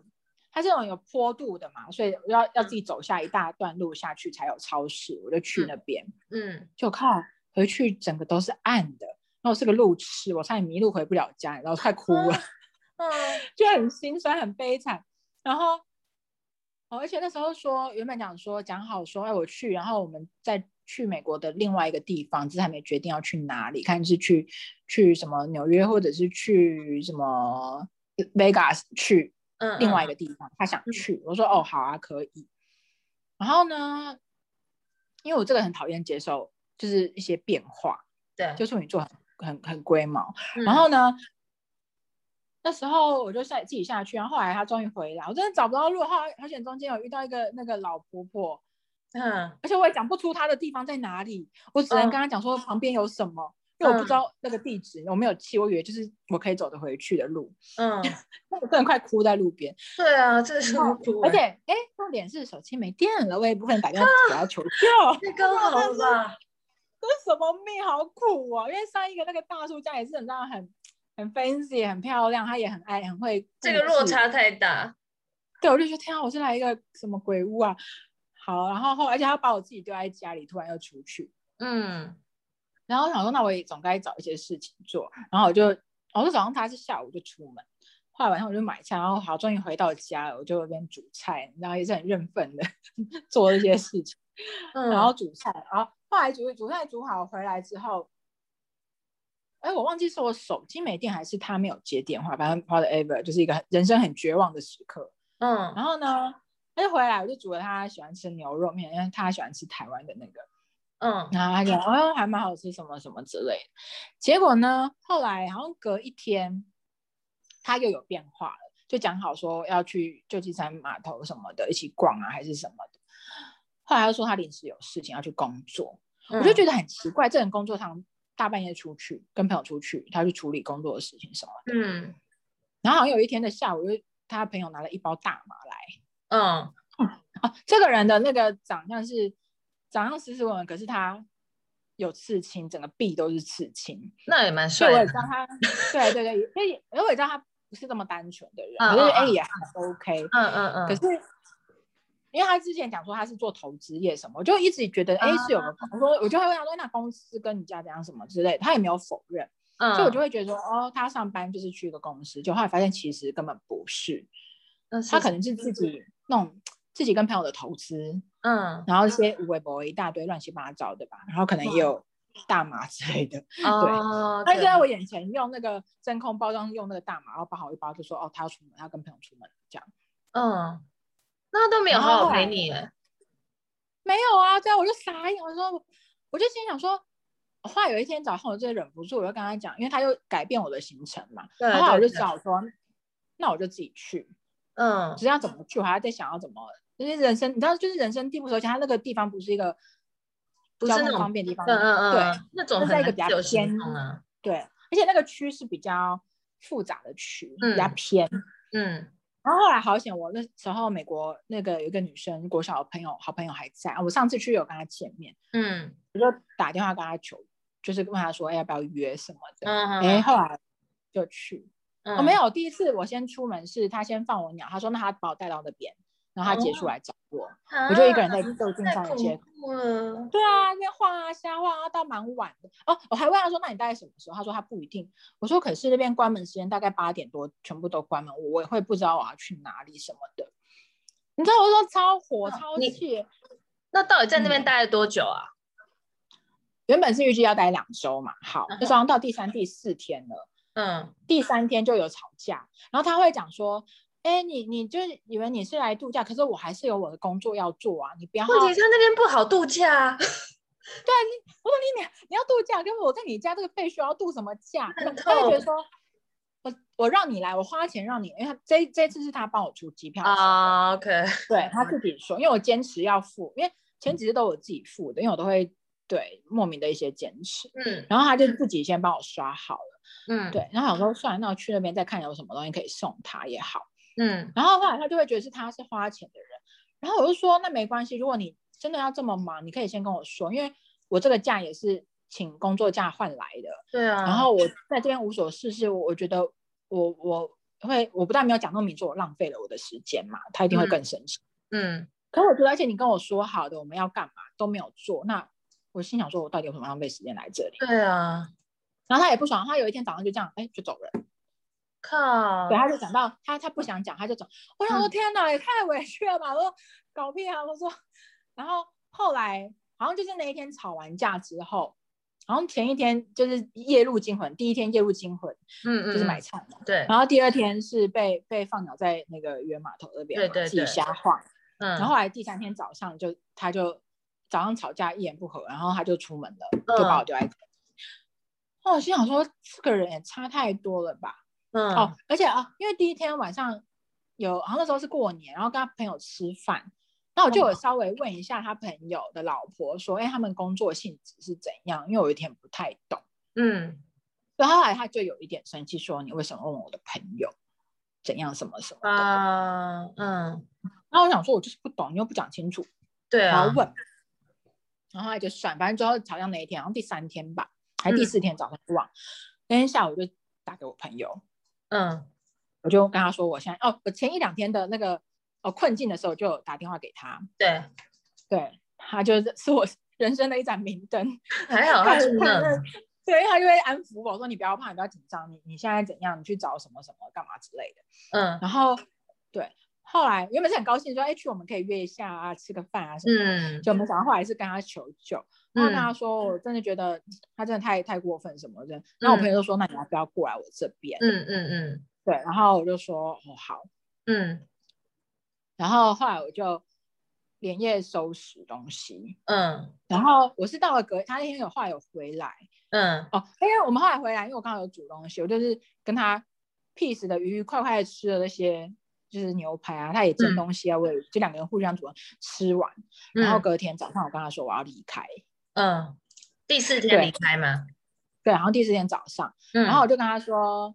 Speaker 1: 它是那种有坡度的嘛，所以我要要自己走下一大段路下去才有超市，我就去
Speaker 2: 嗯
Speaker 1: 那边，
Speaker 2: 嗯
Speaker 1: 就靠回去整个都是暗的，然后我是个路痴，我差点迷路回不了家，然后快哭了，
Speaker 2: 嗯
Speaker 1: 就很心酸很悲惨，然后。哦，而且那时候说原本讲说讲好说，哎，我去，然后我们再去美国的另外一个地方，只是还没决定要去哪里，看是去去什么纽约，或者是去什么 Vegas 去
Speaker 2: 嗯，
Speaker 1: 另外
Speaker 2: 嗯
Speaker 1: 一个地方，他想去，我说哦，好啊，可以。然后呢，因为我这个人很讨厌接受就是一些变化，
Speaker 2: 对，
Speaker 1: 就处女座很很很龟毛，
Speaker 2: 嗯
Speaker 1: 然后呢，那时候我就下自己下去，然后后来他终于回来，我真的找不到路，后来好险中间有遇到一个那个老婆婆，
Speaker 2: 嗯
Speaker 1: 而且我也讲不出她的地方在哪里，我只能
Speaker 2: 嗯
Speaker 1: 跟她讲说旁边有什么，因为我不
Speaker 2: 嗯
Speaker 1: 知道那个地址，我没有记，我以为就是我可以走得回去的路，
Speaker 2: 嗯，
Speaker 1: 那我真的快哭在路边，
Speaker 2: 对啊，这个是
Speaker 1: 然后
Speaker 2: 哭
Speaker 1: 而且
Speaker 2: 欸
Speaker 1: 哎，诶重点是手机没电了，我也不可能打电话给他求救。 *laughs*
Speaker 2: 太刚好了吧？
Speaker 1: 这是什么命，好苦哦！因为上一个那个大叔家也是很让很很 fancy，很漂亮，他也很爱，很会
Speaker 2: 这
Speaker 1: 布
Speaker 2: 个落
Speaker 1: 置
Speaker 2: 差太大，
Speaker 1: 对，我就觉得天啊，我是来一个什么鬼屋啊！好，然后后而且他把我自己丢在家里，突然又出去，
Speaker 2: 嗯
Speaker 1: 然后我想说，那我也总该找一些事情做，然后我就，我就早上他是下午就出门，后来晚上我就买菜，然后好，终于回到家了，我就有点煮菜，然后也是很认份的 *laughs* 做这些事情，
Speaker 2: 嗯，
Speaker 1: 然后煮菜，然后后来煮煮菜煮好回来之后，哎，我忘记是我手机没电还是他没有接电话，反正 whatever，就是一个很人生很绝望的时刻。
Speaker 2: 嗯
Speaker 1: 然后呢，他就回来，我就煮了他喜欢吃牛肉面，因为他喜欢吃台湾的那个。
Speaker 2: 嗯
Speaker 1: 然后他就哦，还蛮好吃，什么什么之类的。结果呢，后来好像隔一天，他又有变化了，就讲好说要去旧金山码头什么的，一起逛啊，还是什么的。后来他说他临时有事情要去工作，
Speaker 2: 嗯，
Speaker 1: 我就觉
Speaker 2: 得
Speaker 1: 得很奇怪，这人工作上大半夜出去跟朋友出去，他去处理工作的事情什么的。
Speaker 2: 嗯
Speaker 1: 然后好像有一天的下午，就他朋友拿了一包大麻来。
Speaker 2: 嗯
Speaker 1: 哦，这个人的那个长相是长相斯斯文文，可是他有刺青，整个臂都是刺青，
Speaker 2: 那也蛮
Speaker 1: 所以我也
Speaker 2: 帅
Speaker 1: 知，
Speaker 2: 的
Speaker 1: 道他，对 *laughs* 对对，所以我也知道他不是这么单纯的人，
Speaker 2: 嗯
Speaker 1: 可是
Speaker 2: 嗯
Speaker 1: 哎
Speaker 2: 嗯
Speaker 1: 也很 OK，
Speaker 2: 嗯嗯
Speaker 1: 可
Speaker 2: 嗯
Speaker 1: 是。因为他之前讲说他是做投资业什么，我就一直觉得
Speaker 2: 嗯
Speaker 1: 哎、是有个，我说我就会问他说那公司跟你家怎样什么之类的，他也没有否认，
Speaker 2: 嗯，
Speaker 1: 所以我就会觉得说哦，他上班就是去一个公司，就后来发现其实根本不是，
Speaker 2: 那是
Speaker 1: 他可能是自己那种自己跟朋友的投资，
Speaker 3: 嗯，
Speaker 1: 然后一些无为博一大堆乱七八糟的吧，然后可能也有大麻之类的。
Speaker 3: *laughs* 哦，
Speaker 1: 他就在我
Speaker 3: 对
Speaker 1: 眼前用那个真空包装用那个大麻，然后包好一包，就说哦，他要出门，他要跟朋友出门这样。
Speaker 3: 嗯，那都没有
Speaker 1: 然
Speaker 3: 好
Speaker 1: 后
Speaker 3: 好
Speaker 1: 后来
Speaker 3: 陪你耶，
Speaker 1: 没有啊，对啊，我就傻眼，我说我就心想说，后来有一天早上我就忍不住，我就跟他讲，因为他又改变我的行程嘛，
Speaker 3: 对
Speaker 1: 然后我
Speaker 3: 嗯对
Speaker 1: 就
Speaker 3: 对
Speaker 1: 找说，那我就自己去，
Speaker 3: 嗯
Speaker 1: 只要怎么去，我还在想要怎么，就是人生，你知道，就是人生地不熟，而且他那个地方不是一个
Speaker 3: 不
Speaker 1: 交
Speaker 3: 是那
Speaker 1: 通
Speaker 3: 种
Speaker 1: 方便的地方，
Speaker 3: 嗯嗯
Speaker 1: 对
Speaker 3: 嗯，那种
Speaker 1: 就
Speaker 3: 很
Speaker 1: 在一
Speaker 3: 难
Speaker 1: 个比较
Speaker 3: 自由行
Speaker 1: 偏
Speaker 3: 动啊，
Speaker 1: 对，而且那个区是比较复杂的区，比较
Speaker 3: 嗯
Speaker 1: 偏。
Speaker 3: 嗯
Speaker 1: 然后后来好险，我那时候美国那个有一个女生，国小的朋友好朋友还在，我上次去有跟她见面，
Speaker 3: 嗯
Speaker 1: 我就打电话跟她求，就是问她说、哎要不要约什么的。
Speaker 3: 嗯，
Speaker 1: 哎、后来就去，
Speaker 3: 嗯
Speaker 1: 哦没，有，第一次我先出门是她先放我鸟，她说那她把我带到那边，然后她结束来找我，
Speaker 3: 哦啊
Speaker 1: 我就一个人在旧金山
Speaker 3: 太
Speaker 1: 的
Speaker 3: 恐
Speaker 1: 街头。
Speaker 3: 怖了，
Speaker 1: 对啊，那边晃啊瞎晃啊，到蛮晚的。哦，我还问他说，那你大概什么时候？他说他不一定。我说可是那边关门时间大概八点多，全部都关门，我我也会不知道我要去哪里什么的。你知道我说超
Speaker 3: 嗯
Speaker 1: 火超
Speaker 3: 你
Speaker 1: 气，
Speaker 3: 那到底在那边
Speaker 1: 嗯
Speaker 3: 待了多久啊？
Speaker 1: 原本是预计要待两周嘛，好，
Speaker 3: 嗯哼
Speaker 1: 那时候好像到第三、第四天了，
Speaker 3: 嗯
Speaker 1: 第三天就有吵架，然后他会讲说，哎，你你就是以为你是来度假，可是我还是有我的工作要做啊，你不要。
Speaker 3: 问题是他那边不好度假啊，
Speaker 1: 我说你你你要度假，跟我在你家这个废墟我要度什么假？
Speaker 3: 很
Speaker 1: 他就
Speaker 3: 痛
Speaker 1: 觉得说，我我让你来，我花钱让你，因为他这这次是他帮我出机票钱，
Speaker 3: 啊，OK， *laughs*
Speaker 1: 对他自己说，因为我坚持要付，因为前几次都我自己付的，因为我都会对莫名的一些坚持，
Speaker 3: 嗯
Speaker 1: 然后他就自己先帮我刷好了，
Speaker 3: 嗯，，
Speaker 1: 对，然后想说算了，那我去那边再看有什么东西可以送他也好，
Speaker 3: 嗯
Speaker 1: 然后后来他就会觉得是他是花钱的人，然后我就说那没关系，如果你真的要这么忙，你可以先跟我说，因为我这个假也是请工作假换来的，
Speaker 3: 对
Speaker 2: 嗯
Speaker 3: 啊，
Speaker 1: 然后我在这边无所事事，我我觉得我我会我不但没有讲那么明说，我浪费了我的时间嘛，他一定会
Speaker 3: 嗯
Speaker 1: 更生气。
Speaker 3: 嗯
Speaker 1: 可我觉得，而且你跟我说好的我们要干嘛都没有做，那我心想说，我到底有什么浪费时间来这里？
Speaker 3: 对啊，
Speaker 1: 然后他也不爽，他有一天早上就这样，哎，就走人。
Speaker 3: 靠
Speaker 1: 对，，他就讲到他他不想讲，他就走。我想说，
Speaker 3: 嗯
Speaker 1: 天哪，也太委屈了吧！我说搞屁啊！我说，然后后来好像就是那一天吵完架之后，好像前一天就是夜路惊魂，第一天夜路惊魂
Speaker 3: 嗯嗯，
Speaker 1: 就是
Speaker 3: 嗯
Speaker 1: 买菜嘛。
Speaker 3: 对，
Speaker 1: 然后第二天是被被放鸟在那个原码头那边
Speaker 3: 对
Speaker 1: 嘛，
Speaker 3: 对
Speaker 1: 自己
Speaker 3: 对
Speaker 1: 瞎晃。
Speaker 3: 嗯，
Speaker 1: 然后后来第三天早上就他就早上吵架一言不合，然后他就出门了，
Speaker 3: 嗯
Speaker 1: 就把我丢在家。那我心想说，这个人也差太多了吧？
Speaker 3: 嗯
Speaker 1: 哦，而且啊，因为第一天晚上有，好像那时候是过年，然后跟他朋友吃饭，那我就有
Speaker 3: 嗯
Speaker 1: 稍微问一下他朋友的老婆说，哎、他们工作性质是怎样？因为我有点不太懂。
Speaker 3: 嗯
Speaker 1: 所以后来他就有一点生气，说你为什么问我的朋友怎样什么什么的？
Speaker 3: 嗯啊嗯，
Speaker 1: 然后我想说，我就是不懂，你又不讲清楚，
Speaker 3: 对
Speaker 1: 我要
Speaker 3: 啊，
Speaker 1: 问。然后后来就算，反正最后吵架那一天，然后第三天吧，还是第
Speaker 3: 嗯
Speaker 1: 四天早上忘，那天下午就打给我朋友，
Speaker 3: 嗯
Speaker 1: 我就跟他说，我现在哦，我前一两天的那个哦困境的时候，就有打电话给他，
Speaker 3: 对，
Speaker 1: 对他就是 *laughs* 是我人生的一盏明灯，
Speaker 3: 还好他
Speaker 1: 看
Speaker 3: 住
Speaker 1: 看
Speaker 3: 那，
Speaker 1: 对，他就会安抚我说，你不要怕，你不要紧张，你你现在怎样，你去找什么什么干嘛之类的。
Speaker 3: 嗯
Speaker 1: 然后对，后来原本是很高兴说，哎，去我们可以约一下啊，吃个饭啊什么的。
Speaker 3: 嗯
Speaker 1: 就我们想到后来是跟他求救，然后跟
Speaker 3: 嗯
Speaker 1: 他说，我真的觉得他真的太太过分什么的。那我朋友就说，那你要不要过来我这边？
Speaker 3: 嗯嗯
Speaker 1: 对，然后我就说，哦好。
Speaker 3: 嗯嗯
Speaker 1: 然后后来我就连夜收拾东西，
Speaker 3: 嗯
Speaker 1: 然后我是到了隔他那天有话有回来
Speaker 3: 嗯
Speaker 1: 哦，因为我们后来回来，因为我刚好有煮东西，我就是跟他 peace 的愉愉快快的吃了那些就是牛排啊，他也
Speaker 3: 嗯
Speaker 1: 煎东西啊，我也就两个人互相煮吃完，
Speaker 3: 嗯，
Speaker 1: 然后隔天早上我跟他说我要离开，
Speaker 3: 嗯，第四天
Speaker 1: 对
Speaker 3: 离开嘛，
Speaker 1: 对，然后第四天早上，
Speaker 3: 嗯，
Speaker 1: 然后我就跟他说。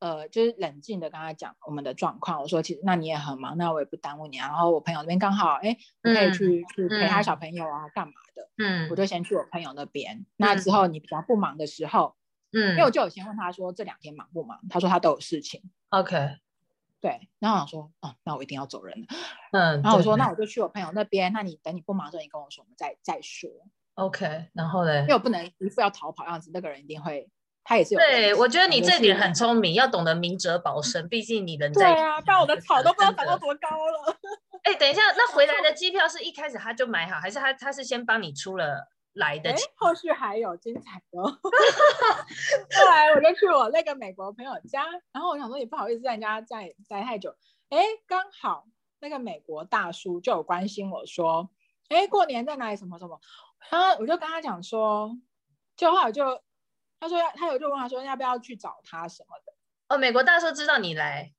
Speaker 1: 呃，就是冷静的跟他讲我们的状况。我说，其实那你也很忙，那我也不耽误你啊。然后我朋友那边刚好，哎，我可以
Speaker 3: 嗯
Speaker 1: 去、去陪他
Speaker 3: 嗯
Speaker 1: 小朋友啊，干嘛的？
Speaker 3: 嗯
Speaker 1: 我就先去我朋友那边。那之后你比较不忙的时候，因
Speaker 3: 嗯
Speaker 1: 为我就有先问他说这两天忙不忙，他说他都有事情。
Speaker 3: ，OK，
Speaker 1: 对，然后我想说，哦，那我一定要走人了。
Speaker 3: 嗯，
Speaker 1: 然后我
Speaker 3: 对
Speaker 1: 说，那我就去我朋友那边。那你等你不忙的时候，你跟我说，我们再再说。
Speaker 3: OK，然后嘞
Speaker 1: 因为，我不能一副要逃跑样子，那个人一定会，他也是有担心。
Speaker 3: 对我觉得你
Speaker 1: 就
Speaker 3: 这
Speaker 1: 是
Speaker 3: 点很聪明，要懂得明哲保身，毕竟你人
Speaker 1: 对啊
Speaker 3: 在， *laughs*
Speaker 1: 啊，不然我的草都不知道长
Speaker 3: 真
Speaker 1: 到
Speaker 3: 的
Speaker 1: 多高了。
Speaker 3: 哎、等一下，那回来的机票是一开始他就买好，还是他他是先帮你出了来的
Speaker 1: 哎
Speaker 3: 钱？，
Speaker 1: 后续还有精彩
Speaker 3: *laughs*
Speaker 1: 的、哦。 *laughs* 后来我就去我那个美国朋友家，然后我想说也不好意思在人家家里待太久，哎，刚好那个美国大叔就有关心我说，哎，过年在哪里什么什么，然后我就跟他讲说，就后来我就他说要他有就问他说要不要去找他什么的，
Speaker 3: 哦，美国大叔知道你来，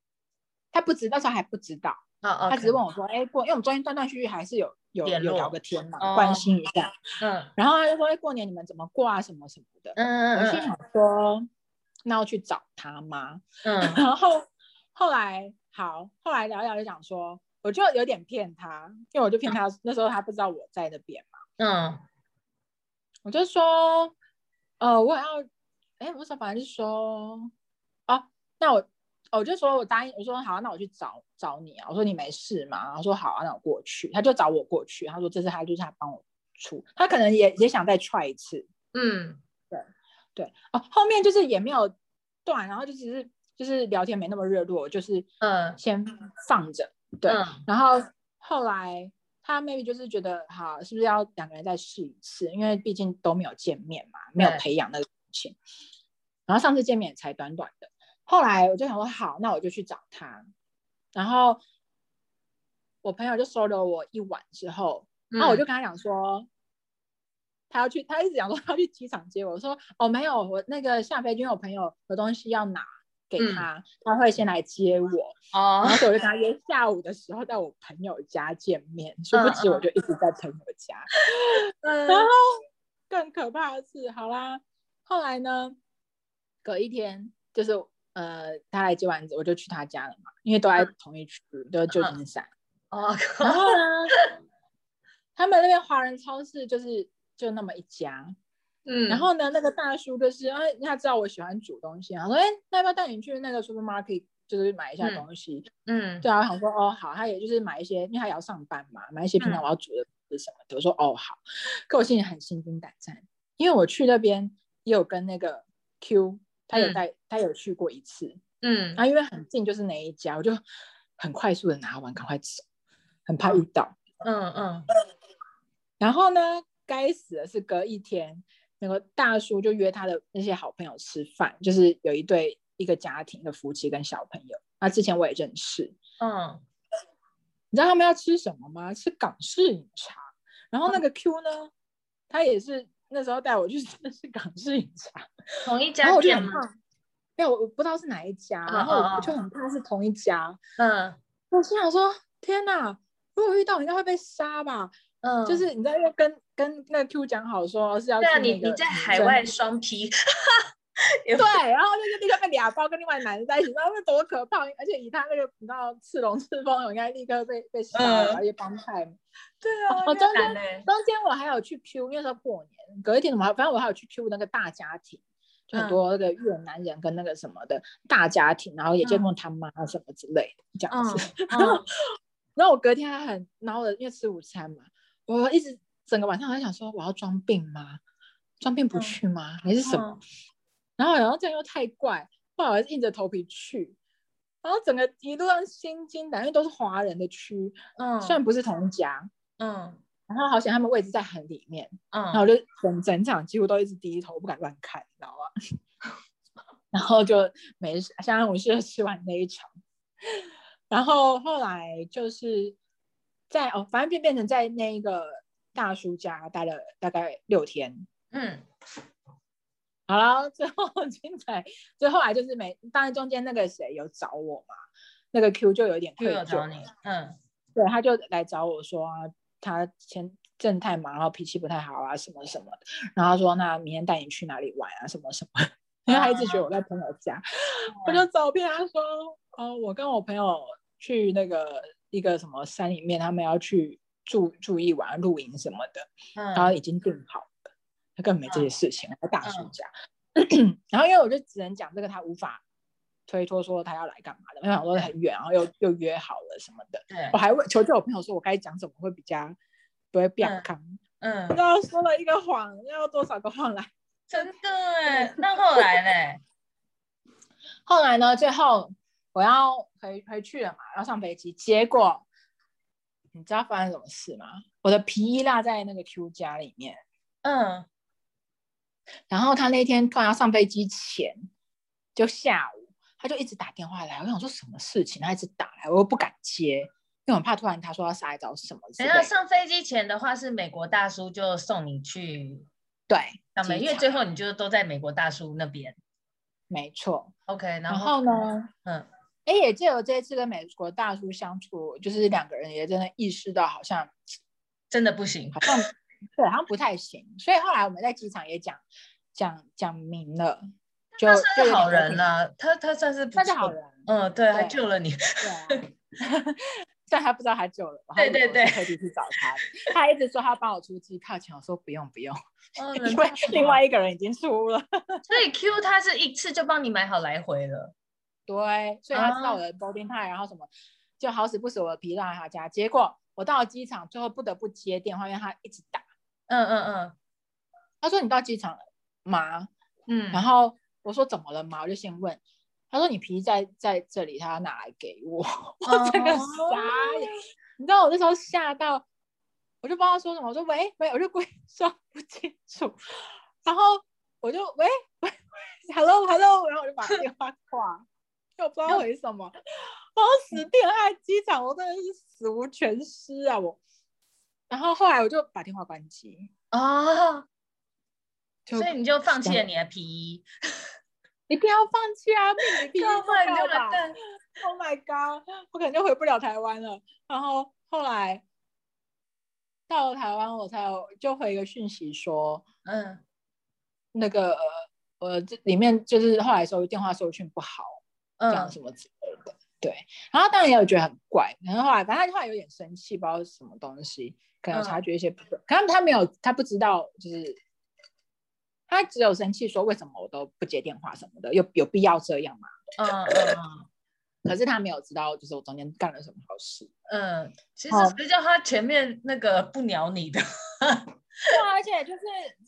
Speaker 1: 他不知那时候还不知道，
Speaker 3: 哦哦，
Speaker 1: 他只是问我说，哎，过因为我们中间断断续续还是有有
Speaker 3: 联
Speaker 1: 有
Speaker 3: 络
Speaker 1: 聊个天嘛，
Speaker 3: 哦
Speaker 1: 关心一下，
Speaker 3: 嗯
Speaker 1: 然后他就说，哎，过年你们怎么过啊什么什么的，
Speaker 3: 嗯
Speaker 1: 我心
Speaker 3: 嗯
Speaker 1: 想说，那要去找他吗？ *laughs*
Speaker 3: *laughs* 嗯
Speaker 1: 然后后来好，后来聊一聊就讲说，我就有点骗他，因为我就骗他，那时候他不知道我在那边嘛，
Speaker 3: 嗯
Speaker 1: 我就说，呃，我要，哎，我说反正是说，哦、那我。哦我就说，我答应，我说好，那我去找找你啊。我说你没事嘛，他说好啊，那我过去。他就找我过去，他说这次他就是他帮我出，他可能也也想再 try 一次，
Speaker 3: 嗯
Speaker 1: 对哦，后面就是也没有断，然后就只是就是聊天没那么热络，就是
Speaker 3: 嗯
Speaker 1: 先放着，对，
Speaker 3: 嗯
Speaker 1: 然后后来他 maybe 就是觉得好，是不是要两个人再试一次？因为毕竟都没有见面嘛，没有
Speaker 3: 对
Speaker 1: 培养那个感情。然后上次见面也才短短的，后来我就想说好，那我就去找他。然后我朋友就收留我一晚之后，
Speaker 3: 嗯
Speaker 1: 然啊
Speaker 2: 嗯
Speaker 1: 后我就跟他讲说，他要去，他一直讲说他要去机场接我，我说哦没有，我那个下飞机，因为我朋友有东西要拿给
Speaker 3: 嗯
Speaker 1: 他，他会先来接我。
Speaker 3: 哦
Speaker 1: 然后所以我就跟他约下午的时候在我朋友家见面，殊不知我就一直在朋友家。
Speaker 3: 嗯 *laughs*
Speaker 1: 然后更可怕的是，好啦，后来呢，隔一天就是呃，他来接完我就去他家了嘛，因为都在同一区，都是旧金山。
Speaker 3: 哦
Speaker 1: 然后呢， *laughs* 他们那边华人超市就是就那么一家，
Speaker 3: 嗯，
Speaker 1: 然后呢，那个大叔就是，哎，他知道我喜欢煮东西，他说，哎，那要不要带你去那个 supermarket，就是买一下
Speaker 3: 嗯
Speaker 1: 东西？
Speaker 3: 嗯
Speaker 1: 对啊，我想说哦好，他也就是买一些，因为他也要上班嘛，买一些平
Speaker 3: 嗯
Speaker 1: 常我要煮的是什么的。我说哦好，可我心里很心惊胆战，因为我去那边也有跟那个 Q，他有
Speaker 3: 嗯
Speaker 1: 带、他有去过一次，
Speaker 3: 嗯
Speaker 1: 然后因为很近就是那一家，我就很快速的拿完赶快走，很怕遇到。
Speaker 3: 嗯嗯
Speaker 1: 然后呢，该死的是隔一天，那个大叔就约他的那些好朋友吃饭，就是有一对一个家庭的夫妻跟小朋友，那之前我也认识，
Speaker 3: 嗯
Speaker 1: 你知道他们要吃什么吗？吃港式饮茶。然后那个 Q 呢，他也是那时候带我去吃的是港式饮茶，
Speaker 3: 同一
Speaker 1: 然后
Speaker 3: 家
Speaker 1: 我就
Speaker 3: 店
Speaker 1: 很
Speaker 3: 吗？
Speaker 1: 怕，没有，我我不知道是哪一家，
Speaker 3: 嗯
Speaker 1: 然后
Speaker 3: 嗯
Speaker 1: 我
Speaker 3: 嗯
Speaker 1: 就很怕是同一家。
Speaker 3: 嗯
Speaker 1: 我心想说，天哪！如果遇到，我应该会被杀吧？
Speaker 3: 嗯，
Speaker 1: 就是你知道，要跟跟那个 Q 讲好说是要去
Speaker 3: 对啊，
Speaker 1: 那
Speaker 3: 你
Speaker 1: 个
Speaker 3: 你在
Speaker 1: 女
Speaker 3: 海
Speaker 1: 生
Speaker 3: 外双
Speaker 1: *laughs*
Speaker 3: 批，
Speaker 1: 对，然后那就立刻被俩包跟另外男的在一起，那那多可怕！而且以他那个你知道刺龙刺凤，我应该立刻被被杀了，
Speaker 3: 嗯
Speaker 1: 而且帮派嘛。
Speaker 3: 对
Speaker 1: 啊
Speaker 3: 我
Speaker 1: 中
Speaker 3: 敢
Speaker 1: 间
Speaker 3: 嘞，
Speaker 1: 中间我还有去 Q，因为是过年，隔一天我还反正我还有去 Q 那个大家庭，就很
Speaker 3: 嗯
Speaker 1: 多那个越南人跟那个什么的大家庭，然后也见过他妈什么之类的这样
Speaker 3: 嗯
Speaker 1: 子。
Speaker 3: 嗯
Speaker 1: 然后我隔天还很，然后我因为吃午餐嘛，我一直整个晚上我在想说我要装病吗？装病不
Speaker 3: 嗯
Speaker 1: 去吗？ *laughs* 还是什么
Speaker 3: 嗯？
Speaker 1: 然后然后这样又太怪，后来我还是硬着头皮去。然后整个一路上心惊胆，因为都是华人的区，
Speaker 3: 嗯，
Speaker 1: 虽然不是同一家，
Speaker 3: 嗯
Speaker 1: 然后好险他们位置在很里面，然后
Speaker 3: 嗯
Speaker 1: 我就整整场几乎都一直低头，不敢乱看，你知道吗？ *laughs* 然后就没事，相安无事的吃完那一场。然后后来就是在哦，反正就变成在那个大叔家待了大概六天。
Speaker 3: 嗯
Speaker 1: 好了，最后 *laughs* 很精彩，最后来就是每当然中间那个谁有找我嘛，那个 Q 就有点愧
Speaker 3: 又有找
Speaker 1: 疚，
Speaker 3: 你，嗯
Speaker 1: 对，他就来找我说、啊、他前阵太忙，然后脾气不太好啊，什么什么的。然后他说那明天带你去哪里玩啊，什么什么。因为他一直觉得我在朋友家，我就走遍他说，哦，我跟我朋友去那个一个什么山里面，他们要去住住一晚露营什么的。然后
Speaker 3: 嗯
Speaker 1: 已经定好了，他根本没这些事情，他大叔家。 *clears throat* 然后因为我就只能讲这个，他无法推脱说他要来干嘛的，因为想说很远，然后又又约好了什么的。
Speaker 3: 对
Speaker 1: 我还问求救我朋友说，我该讲什么会比较不会变康？
Speaker 3: 嗯
Speaker 1: 然后说了一个谎，要多少个谎来？
Speaker 3: 真的哎，那后来嘞，
Speaker 1: 后来呢，最后我要回回去了嘛，要上飞机，结果你知道发生什么事吗？我的皮衣落在那个 Q 家里面， *laughs*
Speaker 2: 嗯，
Speaker 1: 然后他那天突然要上飞机前，就下午，他就一直打电话来。我想说什么事情，他一直打来，我又不敢接，因为我很怕突然他说要杀来找什么之
Speaker 2: 等
Speaker 1: 类
Speaker 2: 一下
Speaker 1: 的。
Speaker 2: 上飞机前的话，是美国大叔就送你去
Speaker 1: 对，
Speaker 2: 上面，
Speaker 1: 机
Speaker 2: 因为
Speaker 1: 场
Speaker 2: 最后你就都在美国大叔那边。
Speaker 1: 没错。
Speaker 2: OK，然
Speaker 1: 然后呢？
Speaker 2: 嗯，
Speaker 1: 哎，也借由这一次跟美国大叔相处，就是两个人也真的意识到，好像
Speaker 2: 真的不行
Speaker 1: 好，像对，好像不太行。所以后来我们在机场也讲讲讲明了，就
Speaker 2: 他算
Speaker 1: 就是
Speaker 2: 好
Speaker 1: 有点
Speaker 2: 人了、他他算是不
Speaker 1: 算是好
Speaker 2: 错，
Speaker 1: 人，
Speaker 2: 嗯，对，还
Speaker 1: 对
Speaker 2: 救了你，
Speaker 1: 对啊。 *laughs* 但他不知道他救了我，
Speaker 2: 对
Speaker 1: 他以为
Speaker 2: 对
Speaker 1: 我
Speaker 2: 对
Speaker 1: 是特地去找他的。他还一直说他帮我出机票钱，我说不用不用，
Speaker 2: 嗯，人
Speaker 1: 因为
Speaker 2: 太好
Speaker 1: 另
Speaker 2: 了
Speaker 1: 外一个人已经出了。
Speaker 2: 所以 Q 他是一次就帮你买好来回了，
Speaker 1: 对，所以他知
Speaker 2: 啊
Speaker 1: 道我的 boarding time，、然后什么，就好死不死我的皮到他家。结果我到了机场，最后不得不接电话，因为他一直打。
Speaker 2: 嗯嗯
Speaker 1: 他说你到机场了吗？
Speaker 2: 嗯
Speaker 1: 然
Speaker 2: 嗯，
Speaker 1: 后我说怎么了嘛，我就先问。他说你皮在在这里，他要拿来给我， *laughs* 我这个
Speaker 2: 哦
Speaker 1: 傻眼。你知道我那时候吓到，我就不知道说什么，我说喂喂，我就 *laughs* 故意说不清楚，然后我就喂喂喂，hello hello，然后我就把电话挂，因为我不知道为什么，然后死定了，在机场我真的是死无全尸啊我。然后后来我就把电话关机，
Speaker 2: 哦，
Speaker 1: 就
Speaker 2: 所以你就放弃了
Speaker 1: 想
Speaker 2: 你的皮衣，
Speaker 1: 一定要放弃啊，
Speaker 2: *laughs*
Speaker 1: 命里必须
Speaker 2: 要不然你
Speaker 1: 要
Speaker 2: 就完
Speaker 1: 吧。
Speaker 2: 蛋。
Speaker 1: Oh my god！我可能就回不了台湾了。然后后来到了台湾，我才有就回一个讯息说，
Speaker 2: 嗯，
Speaker 1: 那个呃我这里面就是后来收电话收讯不好，这样
Speaker 2: 嗯，
Speaker 1: 什么之类的。对，然后当然也有觉得很怪，然后后来反正他后来有点生气，不知道是什么东西，可能有
Speaker 2: 嗯
Speaker 1: 察觉一些不对，可能他没有，他不知道，就是他只有生气说为什么我都不接电话什么的，有有必要这样吗？
Speaker 2: 嗯嗯
Speaker 1: 可是他没有知道，就是我中间干了什么好事。
Speaker 2: 嗯，其实
Speaker 1: 好
Speaker 2: 谁叫他前面那个不鸟你的？
Speaker 1: 对啊，而且就是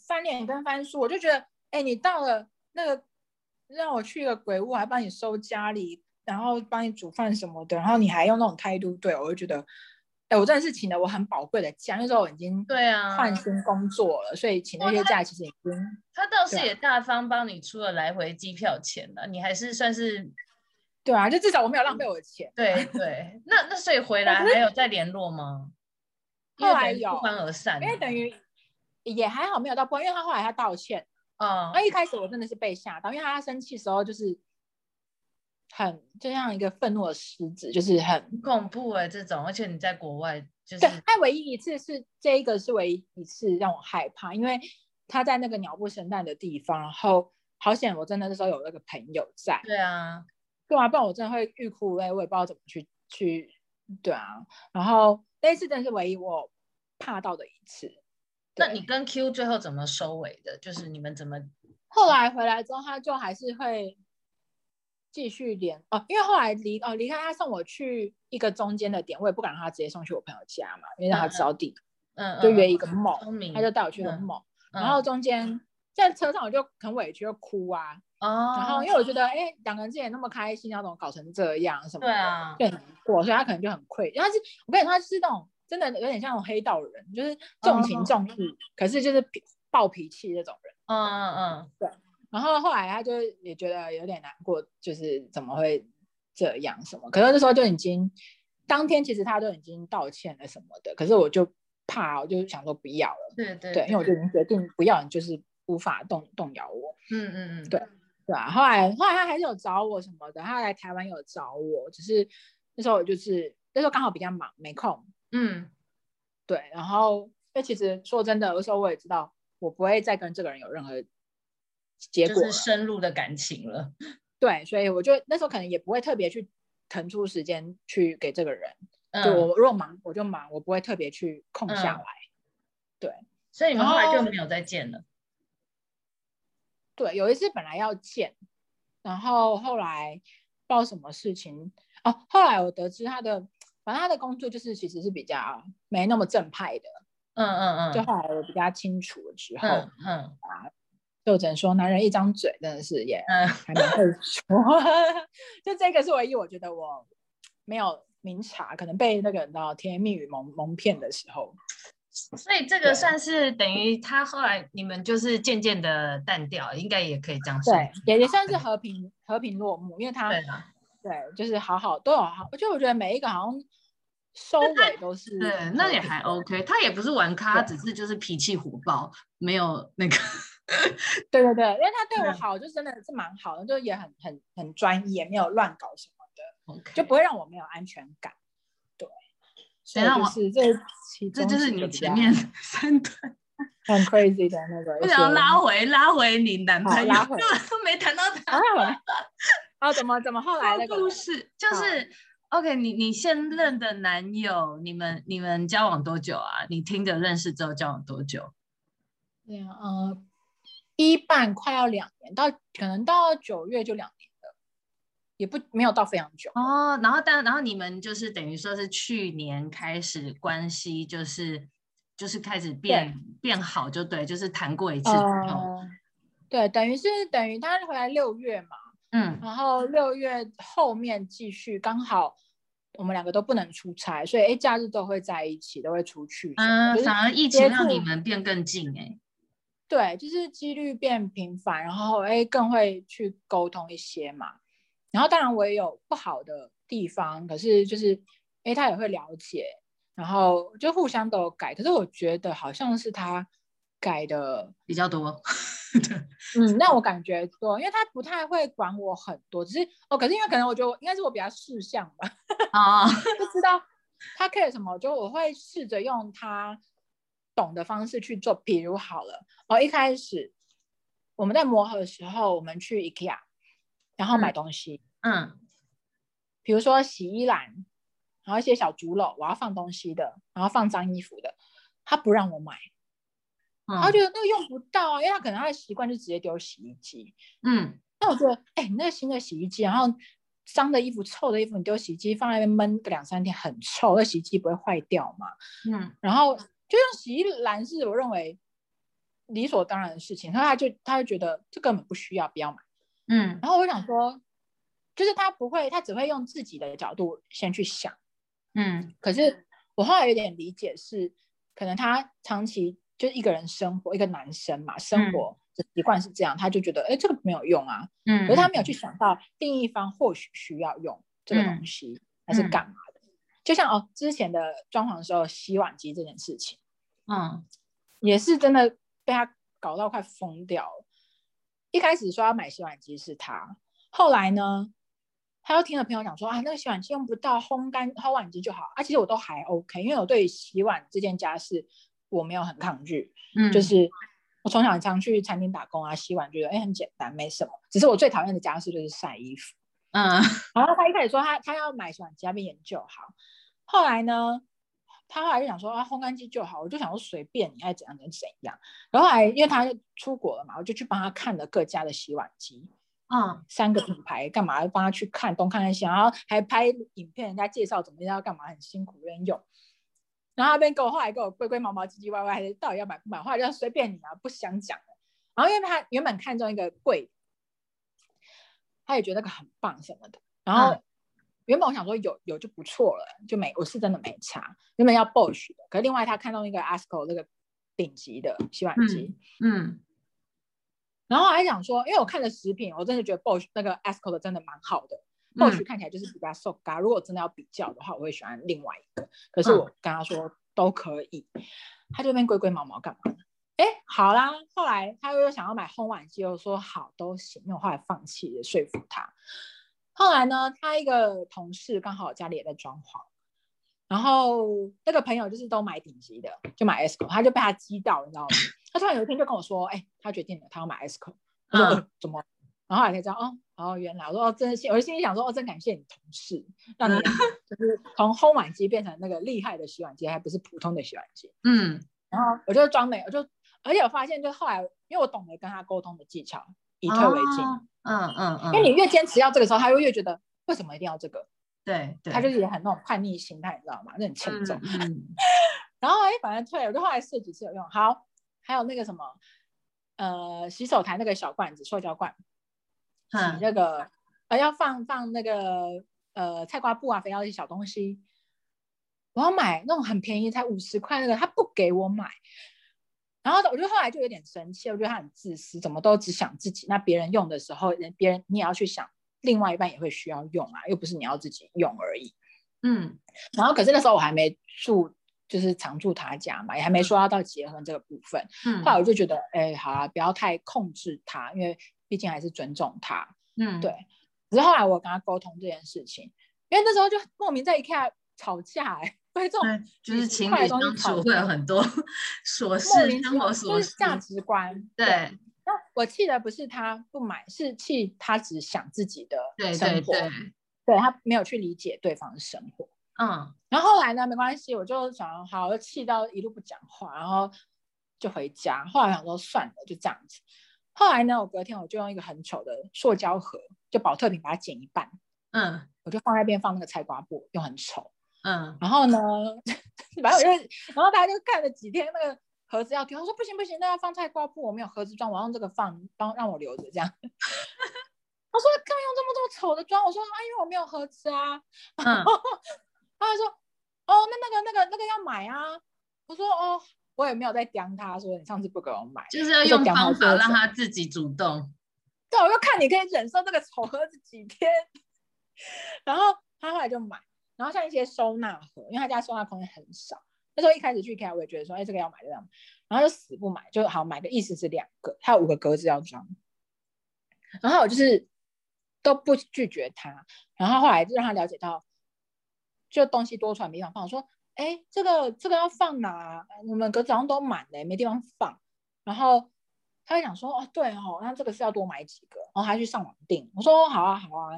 Speaker 1: 翻脸跟翻书，我就觉得，哎、你到了那个让我去一个鬼屋，还帮你收家里，然后帮你煮饭什么的，然后你还用那种态度对我，就觉得，哎、我真的是请了我很宝贵的假，那时候我已经
Speaker 2: 对啊，
Speaker 1: 换新工作了，所以请那些假其实已经
Speaker 2: 他倒是
Speaker 1: 对啊
Speaker 2: 也大方帮你出了来回机票钱了，你还是算是
Speaker 1: 对啊，就至少我没有浪费我的钱。
Speaker 2: 对对。那那所以回来还有再联络吗？因
Speaker 1: 后
Speaker 2: 为
Speaker 1: 来
Speaker 2: 等于不
Speaker 1: 有
Speaker 2: 欢而散了，
Speaker 1: 因为等于也还好没有到破，因为他后来他道歉，
Speaker 2: 嗯
Speaker 1: 然后一开始我真的是被吓到，因为他生气的时候就是很就像一个愤怒的狮子，就是很
Speaker 2: 很恐怖哎、这种，而且你在国外就是
Speaker 1: 对，他唯一一次是这一个是唯一一次让我害怕，因为他在那个鸟不生蛋的地方，然后好险我真的那时候有那个朋友在，
Speaker 2: 对啊，
Speaker 1: 对啊，不然我真的会欲哭无泪，我也不知道怎么去去，对啊，然后那一次真的是唯一我怕到的一次。
Speaker 2: 那
Speaker 1: 对
Speaker 2: 你跟 Q 最后怎么收尾的？就是你们怎么
Speaker 1: 后来回来之后，他就还是会继续连哦，因为后来离哦离开他送我去一个中间的点，我也不敢让他直接送去我朋友家嘛，因为让他知道地址，
Speaker 2: 嗯
Speaker 1: 就
Speaker 2: 嗯
Speaker 1: 约
Speaker 2: 嗯
Speaker 1: 一个梦，
Speaker 2: 聪明，
Speaker 1: 他就带我去一个
Speaker 2: 嗯
Speaker 1: 梦。
Speaker 2: 嗯
Speaker 1: 然后中间在车上我就很委屈，就哭啊。
Speaker 2: 哦，
Speaker 1: 然后因为我觉得，哎，两个人之前那么开心，要怎么搞成这样什么
Speaker 2: 对
Speaker 1: 的，
Speaker 2: 啊，
Speaker 1: 就很难过，所以他可能就很愧。但是我跟你说，他是那种真的有点像那种黑道人，就是重
Speaker 2: 哦
Speaker 1: 情重义，可是就是脾暴脾气那种人。
Speaker 2: 嗯嗯嗯，
Speaker 1: 然后后来他就也觉得有点难过，就是怎么会这样什么？可是那时候就已经当天其实他都已经道歉了什么的，可是我就怕，我就想说不要了，
Speaker 2: 对对
Speaker 1: 对，因为我就已经决定不要，你就是无法动动摇我。
Speaker 2: 嗯嗯嗯，
Speaker 1: 对对啊，后来后来他还是有找我什么的，他来台湾有找我，只是那时候我就是那时候刚好比较忙，没空。
Speaker 2: 嗯
Speaker 1: 对，然后因为其实说真的，有时候我也知道我不会再跟这个人有任何结
Speaker 2: 就
Speaker 1: 果
Speaker 2: 是
Speaker 1: 了，
Speaker 2: 深入的感情了，
Speaker 1: 对，所以我就那时候可能也不会特别去腾出时间去给这个人，就
Speaker 2: 嗯，
Speaker 1: 我如果忙我就忙，我不会特别去空下
Speaker 2: 嗯
Speaker 1: 来。
Speaker 2: 所以你们后来就
Speaker 1: 然后
Speaker 2: 没有再见了，
Speaker 1: 对，有一次本来要见，然后后来不知道什么事情哦，后来我得知他的，反正他的工作就是其实是比较没那么正派的，
Speaker 2: 嗯嗯嗯，
Speaker 1: 就后来我比较清楚了之后，
Speaker 2: 嗯嗯
Speaker 1: 就只能说男人一张嘴真的是也 *laughs*
Speaker 2: 嗯，
Speaker 1: 还蛮会说，就这个是唯一我觉得我没有。明察，可能被那个人到甜言蜜语蒙蒙骗的时候，
Speaker 3: 所以这
Speaker 1: 对
Speaker 3: 个算是等于他后来你们就是渐渐的淡掉，应该也可以这样说。
Speaker 1: 对，也也算是和平和平落幕，因为他
Speaker 3: 对啊，
Speaker 1: 对就是好好都有好，就我觉得每一个好像收尾都是
Speaker 2: 对，那也
Speaker 1: 和平
Speaker 2: 还
Speaker 1: 的
Speaker 2: OK。他也不是玩咖，
Speaker 1: 对
Speaker 2: 只是就是脾气火爆，没有
Speaker 1: *laughs*
Speaker 2: 那个。
Speaker 1: 对对对，因为他对我
Speaker 3: 对
Speaker 1: 好，就真的是蛮好的，就也很很很专业，没有乱搞什么的，
Speaker 2: OK，
Speaker 1: 就不会让我没有安全感。对，所以
Speaker 2: 让
Speaker 1: 就
Speaker 2: 我
Speaker 1: 是这其
Speaker 2: 这
Speaker 1: 中
Speaker 2: 就是
Speaker 1: 几
Speaker 2: 你
Speaker 1: 个比
Speaker 2: 前
Speaker 1: 较
Speaker 2: 面 *laughs* 三段。
Speaker 1: 很 crazy 的那个，
Speaker 2: 我想要
Speaker 1: 一些
Speaker 2: 拉回拉回你男
Speaker 1: 好
Speaker 2: 朋友，
Speaker 1: 拉回
Speaker 2: *laughs* 都没谈到他
Speaker 1: 啊， *laughs* 啊怎么怎么后来那
Speaker 2: 的
Speaker 1: 个
Speaker 2: 故事，就
Speaker 1: 好
Speaker 2: 是 OK 你。你现任的男友，你们你们交往多久啊？你听着认识之后交往多久？
Speaker 1: 对啊，呃，一半快要两年，到可能到九月就两年了，也不没有到非常久。
Speaker 2: 哦，然后但然后你们就是等于说是去年开始关系，就是就是开始变变好，就对，就是谈过一次之后，
Speaker 1: 呃，对，等于是等于他回来六月嘛，
Speaker 2: 嗯，
Speaker 1: 然后六月后面继续，刚好我们两个都不能出差，所以哎，假日都会在一起，都会出去什么的。
Speaker 2: 嗯，
Speaker 1: 就是
Speaker 2: 反而疫
Speaker 1: 接
Speaker 2: 情让你
Speaker 1: 触
Speaker 2: 们变更近哎、
Speaker 1: 对，就是几率变频繁，然后哎更会去沟通一些嘛。然后当然我也有不好的地方，可是就是哎他也会了解，然后就互相都有改。可是我觉得好像是他改的，
Speaker 2: 比
Speaker 1: *laughs*
Speaker 2: 较多， *laughs*
Speaker 1: 嗯，让我感觉说，因为他不太会管我很多，只是哦，可是因为可能我觉得我应该是我比较识相吧，
Speaker 2: 哦，
Speaker 1: 就知道他 care 什么，就我会试着用他懂的方式去做。比如好了，哦，一开始我们在磨合的时候，我们去 IKEA，然后买东西，
Speaker 2: 嗯，
Speaker 1: 比如说洗衣篮，然后一些小竹篓，我要放东西的，然后放脏衣服的，他不让我买，
Speaker 2: 嗯
Speaker 1: 他觉得那个用不到啊，因为他可能他的习惯就直接丢洗衣机。
Speaker 2: 嗯，
Speaker 1: 那我觉得，哎、你那个新的洗衣机，然后脏的衣服、臭的衣服，你丢洗衣机放在那边闷个两三天，很臭，那洗衣机不会坏掉嘛？
Speaker 2: 嗯，
Speaker 1: 然后就用洗衣篮是我认为理所当然的事情，然后他就他就觉得这根本不需要，不要买。
Speaker 2: 嗯，
Speaker 1: 然后我想说，就是他不会，他只会用自己的角度先去想。
Speaker 2: 嗯，
Speaker 1: 可是我后来有点理解是，可能他长期就是一个人生活，一个男生嘛，生
Speaker 2: 嗯
Speaker 1: 活的习惯是这样，他就觉得哎、这个没有用啊，
Speaker 2: 嗯，嗯
Speaker 1: 可是他没有去想到另一方或许需要用这个东西，还是干嘛的？就像哦，之前的装潢的时候，洗碗机这件事情
Speaker 2: 嗯，
Speaker 1: 也是真的被他搞到快疯掉了。一开始说要买洗碗机是他，后来呢，他又听了朋友讲说啊，那个洗碗机用不到，烘干烘碗机就好。啊，其实我都还 OK，因为我对洗碗这件家事我没有很抗拒。
Speaker 2: 嗯，
Speaker 1: 就是我从小很常去餐厅打工啊，洗碗觉得哎、诶很简单，没什么。只是我最讨厌的家事就是晒衣服。
Speaker 2: 嗯，
Speaker 1: 然后他一开始说他他要买洗碗机，他被研究好。后来呢，他后来就想说啊，烘干机就好。我就想说随便你爱怎样就怎样。然后后来因为他就出国了嘛，我就去帮他看了各家的洗碗机，
Speaker 2: 嗯，
Speaker 1: 三个品牌干嘛，帮他去看东看看西，然后还拍影片，人家介绍怎么样要干嘛，很辛苦人用。然后那边跟我后来跟我龟龟毛毛唧唧歪歪，还是到底要买不买，后来就随便你啊，不想讲了。然后因为他原本看中一个贵，他也觉得那个很棒什么的。然后
Speaker 2: 嗯
Speaker 1: 原本我想说有有就不错了，就没我是真的没差。原本要 Bosch 的，可是另外他看中一个 ASCO 那个顶级的洗碗机，
Speaker 2: 嗯，
Speaker 1: 然后还想说，因为我看了食品，我真的觉得 Bosch 那个 Asco 的真的蛮好的。
Speaker 2: 嗯
Speaker 1: Bosch 看起来就是比较瘦嘎，如果真的要比较的话，我会喜欢另外一个。可是
Speaker 2: 嗯
Speaker 1: 我跟他说都可以，他就那边龟龟毛毛干嘛呢？哎，好啦，后来他又想要买烘碗机，我说好都行，因为我后来放弃了说服他。后来呢，他一个同事刚好家里也在装潢，然后那个朋友就是都买顶级的，就买 S 口，他就被他激到，你知道吗？他突然有一天就跟我说，哎、他决定了，他要买 S 口。我说、
Speaker 2: 嗯
Speaker 1: 呃、怎么？然后后来才知道，哦，哦，原来我说哦，真的谢，我心里想说，哦，真感谢你同事，让你
Speaker 2: 嗯
Speaker 1: *laughs* 就是从烘碗机变成那个厉害的洗碗机，还不是普通的洗碗机。
Speaker 2: 嗯，
Speaker 1: 然后我就装美，我就而且我发现，就后来因为我懂得跟他沟通的技巧，以退为进。
Speaker 2: 哦，嗯嗯嗯，
Speaker 1: 因为你越坚持要这个时候，他会越觉得为什么一定要这个？
Speaker 2: 对对，
Speaker 1: 他就是也很那种叛逆心态，你知道吗？那很欠揍。
Speaker 2: 嗯嗯
Speaker 1: 然后哎，反正退了，我就后来试几次有用。好，还有那个什么，呃，洗手台那个小罐子，塑胶罐，洗
Speaker 2: 嗯
Speaker 1: 那个、呃要放放那个呃菜瓜布啊、肥皂一些小东西，我要买那种很便宜，才五十块那个，他不给我买。然后我就后来就有点生气，我觉得他很自私，怎么都只想自己。那别人用的时候，人别人你也要去想，另外一半也会需要用啊，又不是你要自己用而已。
Speaker 2: 嗯，
Speaker 1: 然后可是那时候我还没住，就是常住他家嘛，也还没说要到结婚这个部分。
Speaker 2: 嗯
Speaker 1: 后来我就觉得，哎、好啊，不要太控制他，因为毕竟还是尊重他。
Speaker 2: 嗯，
Speaker 1: 对，可是后来我跟他沟通这件事情，因为那时候就莫名在 IKEA 吵架、哎，对这种
Speaker 2: 对，就是
Speaker 1: 几十
Speaker 2: 情
Speaker 1: 块的
Speaker 2: 侣
Speaker 1: 东西
Speaker 2: 相
Speaker 1: 吵
Speaker 2: 处会
Speaker 1: 架
Speaker 2: 有很多琐
Speaker 1: 莫
Speaker 2: 事，
Speaker 1: 名其
Speaker 2: 生
Speaker 1: 妙
Speaker 2: 活琐
Speaker 1: 就是
Speaker 2: 事，
Speaker 1: 价值观。
Speaker 2: 对
Speaker 1: 那我气的不是他不买，是气他只想自己的
Speaker 2: 对
Speaker 1: 生
Speaker 2: 对
Speaker 1: 活，
Speaker 2: 对，
Speaker 1: 对他没有去理解对方的生活。
Speaker 2: 嗯
Speaker 1: 然后后来呢，没关系，我就想好，我就气到一路不讲话，然后就回家。后来想说算了，就这样子。后来呢，我隔天我就用一个很丑的塑胶盒，就保特瓶把它剪一半，
Speaker 2: 嗯
Speaker 1: 我就放在一边放那个菜瓜布，又很丑。 *laughs*
Speaker 2: 嗯，
Speaker 1: 然后呢，反正我就，然后大家就看了几天那个盒子要丢，我说不行不行，那要放菜瓜布，我没有盒子装，我要用这个放，帮让我留着这样。 *laughs* 他说干嘛用这么这么丑的装？我说啊，因为我没有盒子啊。
Speaker 2: 嗯
Speaker 1: 他就说哦，那那个那个那个要买啊。我说哦，我也没有在刁他，说你上次不给我买。
Speaker 2: 就是要
Speaker 1: 就
Speaker 2: 用
Speaker 1: 讲好
Speaker 2: 方
Speaker 1: 多
Speaker 2: 法让
Speaker 1: 次
Speaker 2: 他自己主动，
Speaker 1: 对，我就看你可以忍受这个丑盒子几天。然后他后来就买，然后像一些收纳盒，因为他家收纳空间很少。那时候一开始去 IKEA，我也觉得说，哎，这个要买，这个要买，然后就死不买，就好买的意思是两个，他有五个格子要装。然后我就是都不拒绝他，然后后来就让他了解到，就东西多出来没地方放，我说，哎，这个这个要放哪？我们格子好像都满了，没地方放。然后他就想说，哦，对哦，那这个是要多买几个，然后他去上网订。我说，哦好啊，好啊。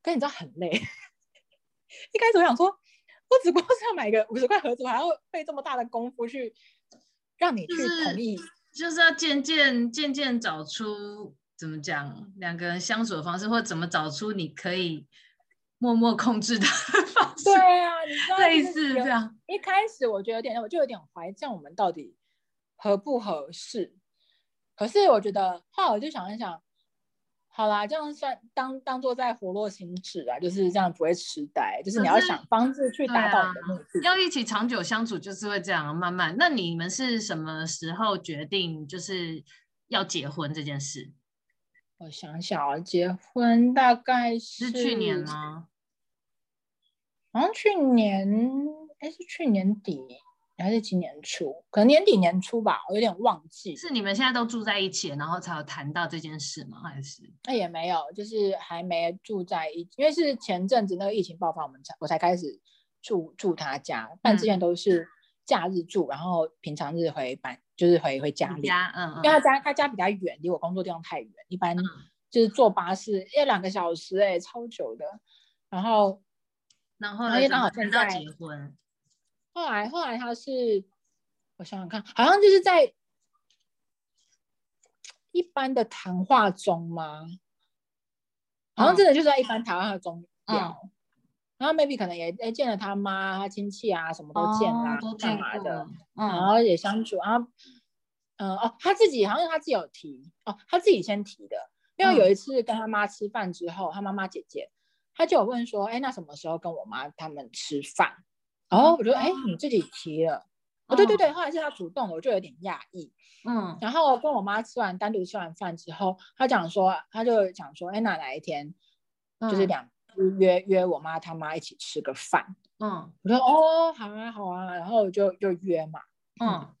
Speaker 1: 可是你知道很累， *laughs* 一开始我想说，我只不过是要买个五十块盒子，我还要费这么大的功夫去让你去
Speaker 2: 就是
Speaker 1: 同意。
Speaker 2: 就是要渐渐渐渐找出怎么讲两个人相处的方式，或怎么找出你可以默默控制的方式，
Speaker 1: 对啊，你知道
Speaker 2: 类
Speaker 1: 就是
Speaker 2: 似
Speaker 1: 有
Speaker 2: 这样。
Speaker 1: 一开始我觉得有点，我就有点怀疑，这样我们到底合不合适？可是我觉得后来我就想一想，好啦，这样算当当做在活络心智啊，就是这样不会痴呆，就是你
Speaker 2: 可
Speaker 1: 要
Speaker 2: 是
Speaker 1: 想方式去
Speaker 2: 对
Speaker 1: 达到
Speaker 2: 啊
Speaker 1: 你的目的。
Speaker 2: 要一起长久相处就是会这样，慢慢。那你们是什么时候决定就是要结婚这件事？
Speaker 1: 我想想啊，结婚大概
Speaker 2: 是
Speaker 1: 是
Speaker 2: 去年？吗？
Speaker 1: 好像去年，哎，是去年底还是今年初？可能年底年初吧，我有点忘记。
Speaker 2: 是你们现在都住在一起，然后才有谈到这件事吗？还是
Speaker 1: 那也没有，就是还没住在一，因为是前阵子那个疫情爆发，我们才我才开始住住他家，但之
Speaker 2: 嗯
Speaker 1: 前都是假日住，然后平常日回班，就是回回家
Speaker 2: 你
Speaker 1: 里。
Speaker 2: 家？嗯
Speaker 1: 因为他
Speaker 2: 嗯，
Speaker 1: 家他家比较远，离我工作地方太远，一般就是坐巴士要两个小时、欸，哎，超久的。然后
Speaker 2: 然后
Speaker 1: 然后
Speaker 2: 嘞
Speaker 1: 又
Speaker 2: 怎
Speaker 1: 刚
Speaker 2: 么
Speaker 1: 好现
Speaker 2: 谈到
Speaker 1: 在
Speaker 2: 结婚？
Speaker 1: 后来后来他是，我想想看，好像就是在一般的谈话中吗？好像
Speaker 2: 嗯
Speaker 1: 真的就是在一般谈话中聊。
Speaker 2: 嗯
Speaker 1: 然后 maybe 可能也哎见了他妈、他亲戚啊，什么都见啦、
Speaker 2: 哦都
Speaker 1: 干
Speaker 2: 见
Speaker 1: 嘛
Speaker 2: 过
Speaker 1: 的，啊
Speaker 2: 了，
Speaker 1: 然
Speaker 2: 嗯
Speaker 1: 后也相处，然后，嗯、哦，他自己好像他自己有提哦，他自己先提的，因为
Speaker 2: 嗯
Speaker 1: 有一次跟他妈吃饭之后，他妈妈姐姐，他就有问说，哎，那什么时候跟我妈他们吃饭？然后我就哎，你自己提了，哦，对对对，后来是他主动的，我就有点讶异。
Speaker 2: 嗯
Speaker 1: 然后跟我妈吃完单独吃完饭之后，他讲说，他就讲说，哎，那哪一天就是
Speaker 2: 嗯
Speaker 1: 两约约我妈他妈一起吃个饭。
Speaker 2: 嗯
Speaker 1: 我说哦，好啊好啊，然后我就就约嘛。
Speaker 2: 嗯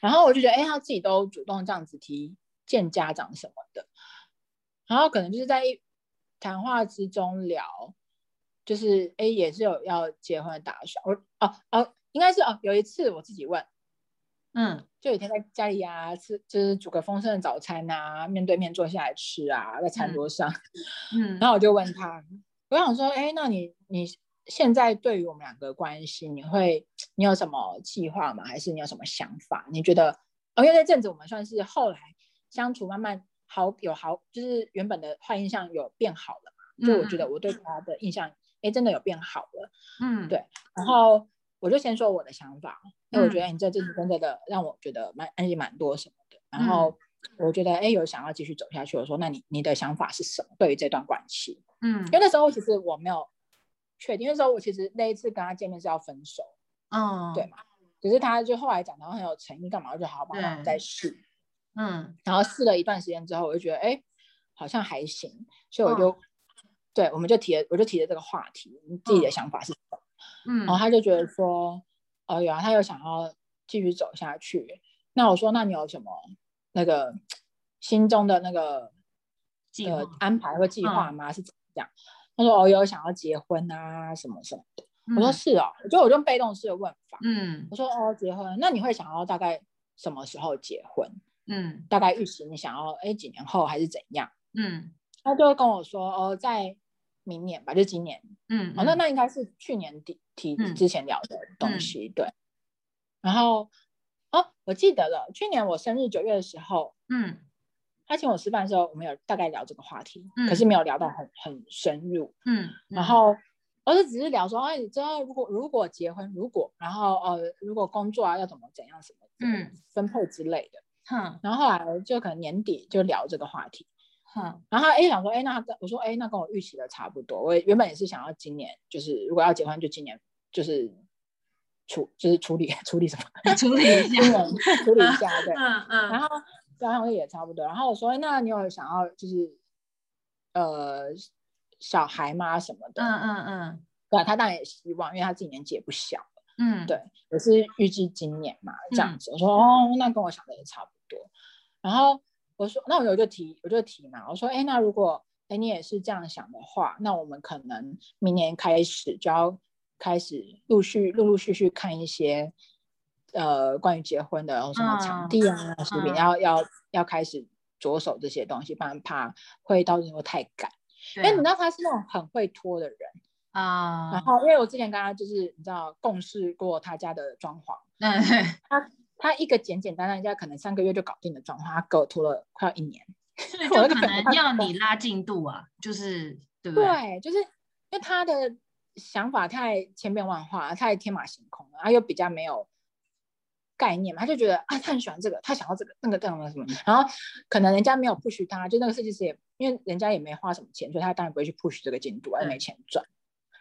Speaker 1: 然后我就觉得，哎，他自己都主动这样子提见家长什么的，然后可能就是在一谈话之中聊，就是哎，也是有要结婚的打算。我哦哦，应该是哦，有一次我自己问，
Speaker 2: 嗯
Speaker 1: 就有一天在家里啊，吃就是煮个丰盛的早餐啊，面对面坐下来吃啊，在餐桌上，
Speaker 2: 嗯，
Speaker 1: 然后我就问他，我想说，哎，那你你现在对于我们两个关系，你会你有什么计划吗？还是你有什么想法？你觉得，哦，因为那阵子我们算是后来相处，慢慢好有好，就是原本的坏印象有变好了嘛。就我觉得我对他的印象，哎，真的有变好了。
Speaker 2: 嗯，嗯
Speaker 1: 对然后我就先说我的想法，因为我觉哎
Speaker 2: 嗯
Speaker 1: 得你这阵子真的的让我觉得蛮安逸蛮多什么的。然后我觉得哎有想要继续走下去，我说那你你的想法是什么？对于这段关系，
Speaker 2: 嗯
Speaker 1: 因为那时候其实我没有确定，那时候我其实那一次跟他见面是要分手，
Speaker 2: 嗯，
Speaker 1: 对嘛？只是他就后来讲到很有诚意，干嘛？我就好好帮忙
Speaker 2: 对
Speaker 1: 再试。
Speaker 2: 嗯
Speaker 1: 然后试了一段时间之后，我就觉得哎、诶好像还行，所以我
Speaker 2: 嗯
Speaker 1: 就、对我们就提了，我就提了这个话题，你自己的
Speaker 2: 嗯
Speaker 1: 想法是什么？
Speaker 2: 嗯，
Speaker 1: 然后他就觉得说，哦，有啊，他又想要继续走下去。那我说，那你有什么那个心中的那个
Speaker 2: 计
Speaker 1: 呃
Speaker 2: 划嗯
Speaker 1: 安排或计划吗？是怎么样？他说，哦，有想要结婚啊，什么什么的。我说
Speaker 2: 嗯
Speaker 1: 是哦，我就我就用被动式的问法，
Speaker 2: 嗯
Speaker 1: 我说哦，结婚，那你会想要大概什么时候结婚？
Speaker 2: 嗯
Speaker 1: 大概预期你想要哎几年后还是怎样？
Speaker 2: 嗯
Speaker 1: 他就会跟我说哦，在明年吧，就今年。
Speaker 2: 嗯，
Speaker 1: 哦，那那应该是去年底提
Speaker 2: 嗯
Speaker 1: 之前聊的东
Speaker 2: 嗯
Speaker 1: 西，对。然后哦，我记得了，去年我生日九月的时候，
Speaker 2: 嗯
Speaker 1: 他请我吃饭的时候，我们有大概聊这个话题，
Speaker 2: 嗯
Speaker 1: 可是没有聊到很很深入。
Speaker 2: 嗯，
Speaker 1: 然后而是只是聊说，哎，你知道如果如果结婚，如果然后呃，如果工作啊要怎么怎样什么，
Speaker 2: 嗯，
Speaker 1: 分配之类的。
Speaker 2: 哼
Speaker 1: 然后后来就可能年底就聊这个话题，
Speaker 2: 哼
Speaker 1: 然后他哎想说，哎，那他跟我说，哎，那跟我预期的差不多。我也原本也是想要今年，就是如果要结婚，就今年就是处就是处理 *laughs* 处理什么，
Speaker 2: 处理一
Speaker 1: 今
Speaker 2: 下，
Speaker 1: 年处理一下，
Speaker 2: *laughs*
Speaker 1: 对。
Speaker 2: 嗯
Speaker 1: 然
Speaker 2: 嗯
Speaker 1: 后对，然后也差不多。然后我说，哎那你有想要就是呃小孩吗什么的？
Speaker 2: 嗯嗯
Speaker 1: 对啊，他当然也希望，因为他自己年纪也不小，
Speaker 2: 嗯，
Speaker 1: 对，我是预计今年嘛，这样
Speaker 2: 嗯
Speaker 1: 子。我说哦，那跟我想的也差不多。然后我说，那我就提，我就提嘛，我说，哎，那如果哎你也是这样想的话，那我们可能明年开始就要开始陆续陆陆续续看一些呃关于结婚的，然后什么场
Speaker 2: 嗯
Speaker 1: 地啊，什么
Speaker 2: 嗯
Speaker 1: 要要要开始着手这些东西，不然怕会到时候太赶。因
Speaker 2: 嗯对
Speaker 1: 哎为你知道他是那种很会拖的人。
Speaker 2: 啊，
Speaker 1: 然后，因为我之前跟他就是你知道共事过他家的装潢，
Speaker 2: 嗯对，
Speaker 1: 他一个简简单单人家可能三个月就搞定的装潢，他给我拖了快要一年。
Speaker 2: 所以
Speaker 1: 我那
Speaker 2: 就
Speaker 1: 个
Speaker 2: 可
Speaker 1: 朋友
Speaker 2: 能
Speaker 1: 他
Speaker 2: 要
Speaker 1: 说
Speaker 2: 你拉进度啊，就是对不对？
Speaker 1: 对，就是因为他的想法太千变万化，太天马行空了，他又比较没有概念嘛，他就觉得啊，他很喜欢这个，他想要这个那个这样的什么，然后可能人家没有 push 他，就那个设计师也因为人家也没花什么钱，所以他当然不会去 push 这个进度，也没
Speaker 2: 对
Speaker 1: 钱赚，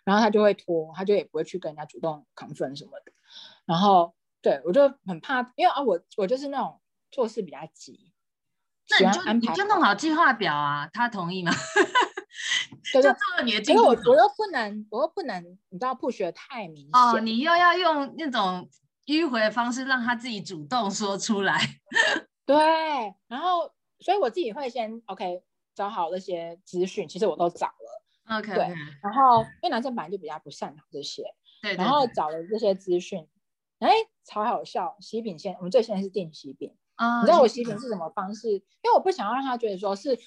Speaker 1: 然后他就会拖，他就也不会去跟人家主动 confront 什么的，然后对我就很怕，因为啊，我我就是那种做事比较急。喜欢
Speaker 2: 那你就
Speaker 1: 安
Speaker 2: 你
Speaker 1: 排
Speaker 2: 就弄好计划表啊，他同意吗？
Speaker 1: 对
Speaker 2: 就
Speaker 1: 对
Speaker 2: 照着你的
Speaker 1: 因
Speaker 2: 进
Speaker 1: 为我
Speaker 2: 度
Speaker 1: 我又不能，我又不能，你知道 push 的太明显，
Speaker 2: 哦，你又要用那种迂回的方式让他自己主动说出来。
Speaker 1: 对，然后所以我自己会先 OK 找好那些资讯，其实我都找了。
Speaker 2: OK，
Speaker 1: 对
Speaker 2: OK，
Speaker 1: 然后因为男生本来就比较不擅长这些，
Speaker 2: 对对，
Speaker 1: 然后
Speaker 2: 对
Speaker 1: 找了这些资讯，哎，超好笑！喜饼先，我们最先是定喜饼，
Speaker 2: 啊，
Speaker 1: 你知道我
Speaker 2: 是
Speaker 1: 喜饼是什么方式？因为我不想要让他觉得说是，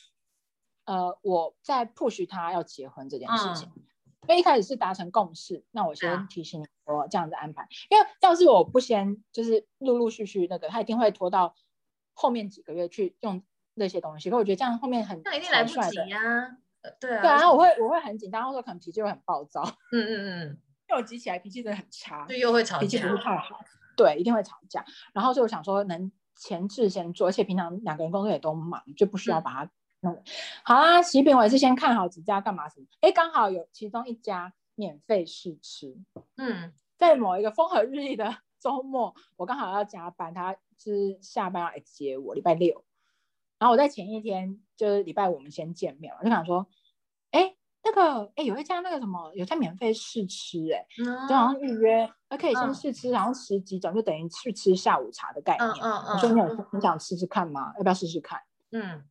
Speaker 1: 呃，我在 push 他要结婚这件事情。
Speaker 3: 嗯
Speaker 1: 因为一开始是达成共识，那我
Speaker 2: 对啊
Speaker 1: 先提醒你说这样子安排，因为要是我不先就是陆陆续续那个，他一定会拖到后面几个月去用那些东西。可我觉得这样后面很
Speaker 3: 那一定来不
Speaker 1: 草率的
Speaker 3: 及呀。呃对啊，
Speaker 1: 对啊，然后我会我会很紧张，或者说可能脾气会很暴躁， *laughs*
Speaker 3: 嗯嗯
Speaker 1: 因为我急起来脾气真的很差
Speaker 3: 嗯，就，又会吵
Speaker 1: 脾气
Speaker 3: 架
Speaker 1: 不。是太好，对，一定会吵架。然后所以我想说能前置先做，而且平常两个人工作也都忙，就不需要
Speaker 2: 嗯
Speaker 1: 把它弄。好啊，喜饼我也是先看好几家干嘛什么，哎，刚好有其中一家免费试吃。
Speaker 3: 嗯，
Speaker 1: 在某一个风和日丽的 *laughs* 周末，我刚好要加班，他是下班要来接我，礼拜六。然后我在前一天就是礼拜五我们先见面嘛，我就想说，哎，那个哎有一家那个什么有在免费试吃、哎，就
Speaker 3: 嗯
Speaker 1: 好像预约，那可以先
Speaker 3: 嗯
Speaker 1: 试吃，好像十几种，就等于去吃下午茶的概念。
Speaker 3: 嗯
Speaker 1: 我说
Speaker 3: 嗯
Speaker 1: 你
Speaker 3: 嗯
Speaker 1: 有你想吃吃看吗？要不要试试看？
Speaker 3: 嗯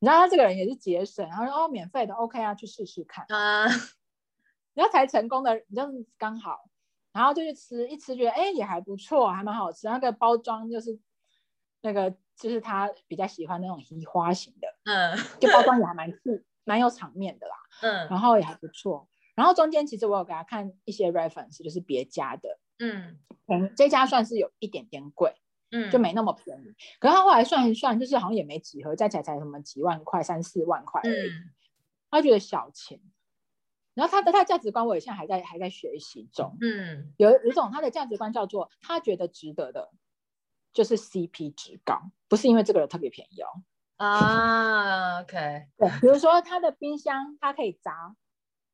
Speaker 1: 你知道他这个人也是节省，然后说哦免费的 OK 啊，去试试看。
Speaker 3: 啊，
Speaker 1: 然后才成功的，你就是刚好，然后就去吃，一吃觉得哎也还不错，还蛮好吃。那个包装就是那个就是他比较喜欢那种移花型的，
Speaker 3: 嗯
Speaker 1: 就包装也还蛮酷，蛮有场面的啦，
Speaker 3: 嗯
Speaker 1: 然后也还不错。然后中间其实我有给他看一些 reference，就是别家的，
Speaker 3: 嗯
Speaker 1: 嗯，这家算是有一点点贵，
Speaker 3: 嗯，
Speaker 1: 就没那么便宜。可是他后来算一算，就是好像也没几盒，加起来才什么几万块、三四万块而已。
Speaker 3: 嗯
Speaker 1: 他觉得小钱。然后他的他的价值观，我也现在还在还在学习中。
Speaker 3: 嗯
Speaker 1: 有有一种他的价值观叫做他觉得值得的，就是 CP 值高，不是因为这个人特别便宜哦。
Speaker 2: 啊，OK，
Speaker 1: 对，比如说他的冰箱，他可以砸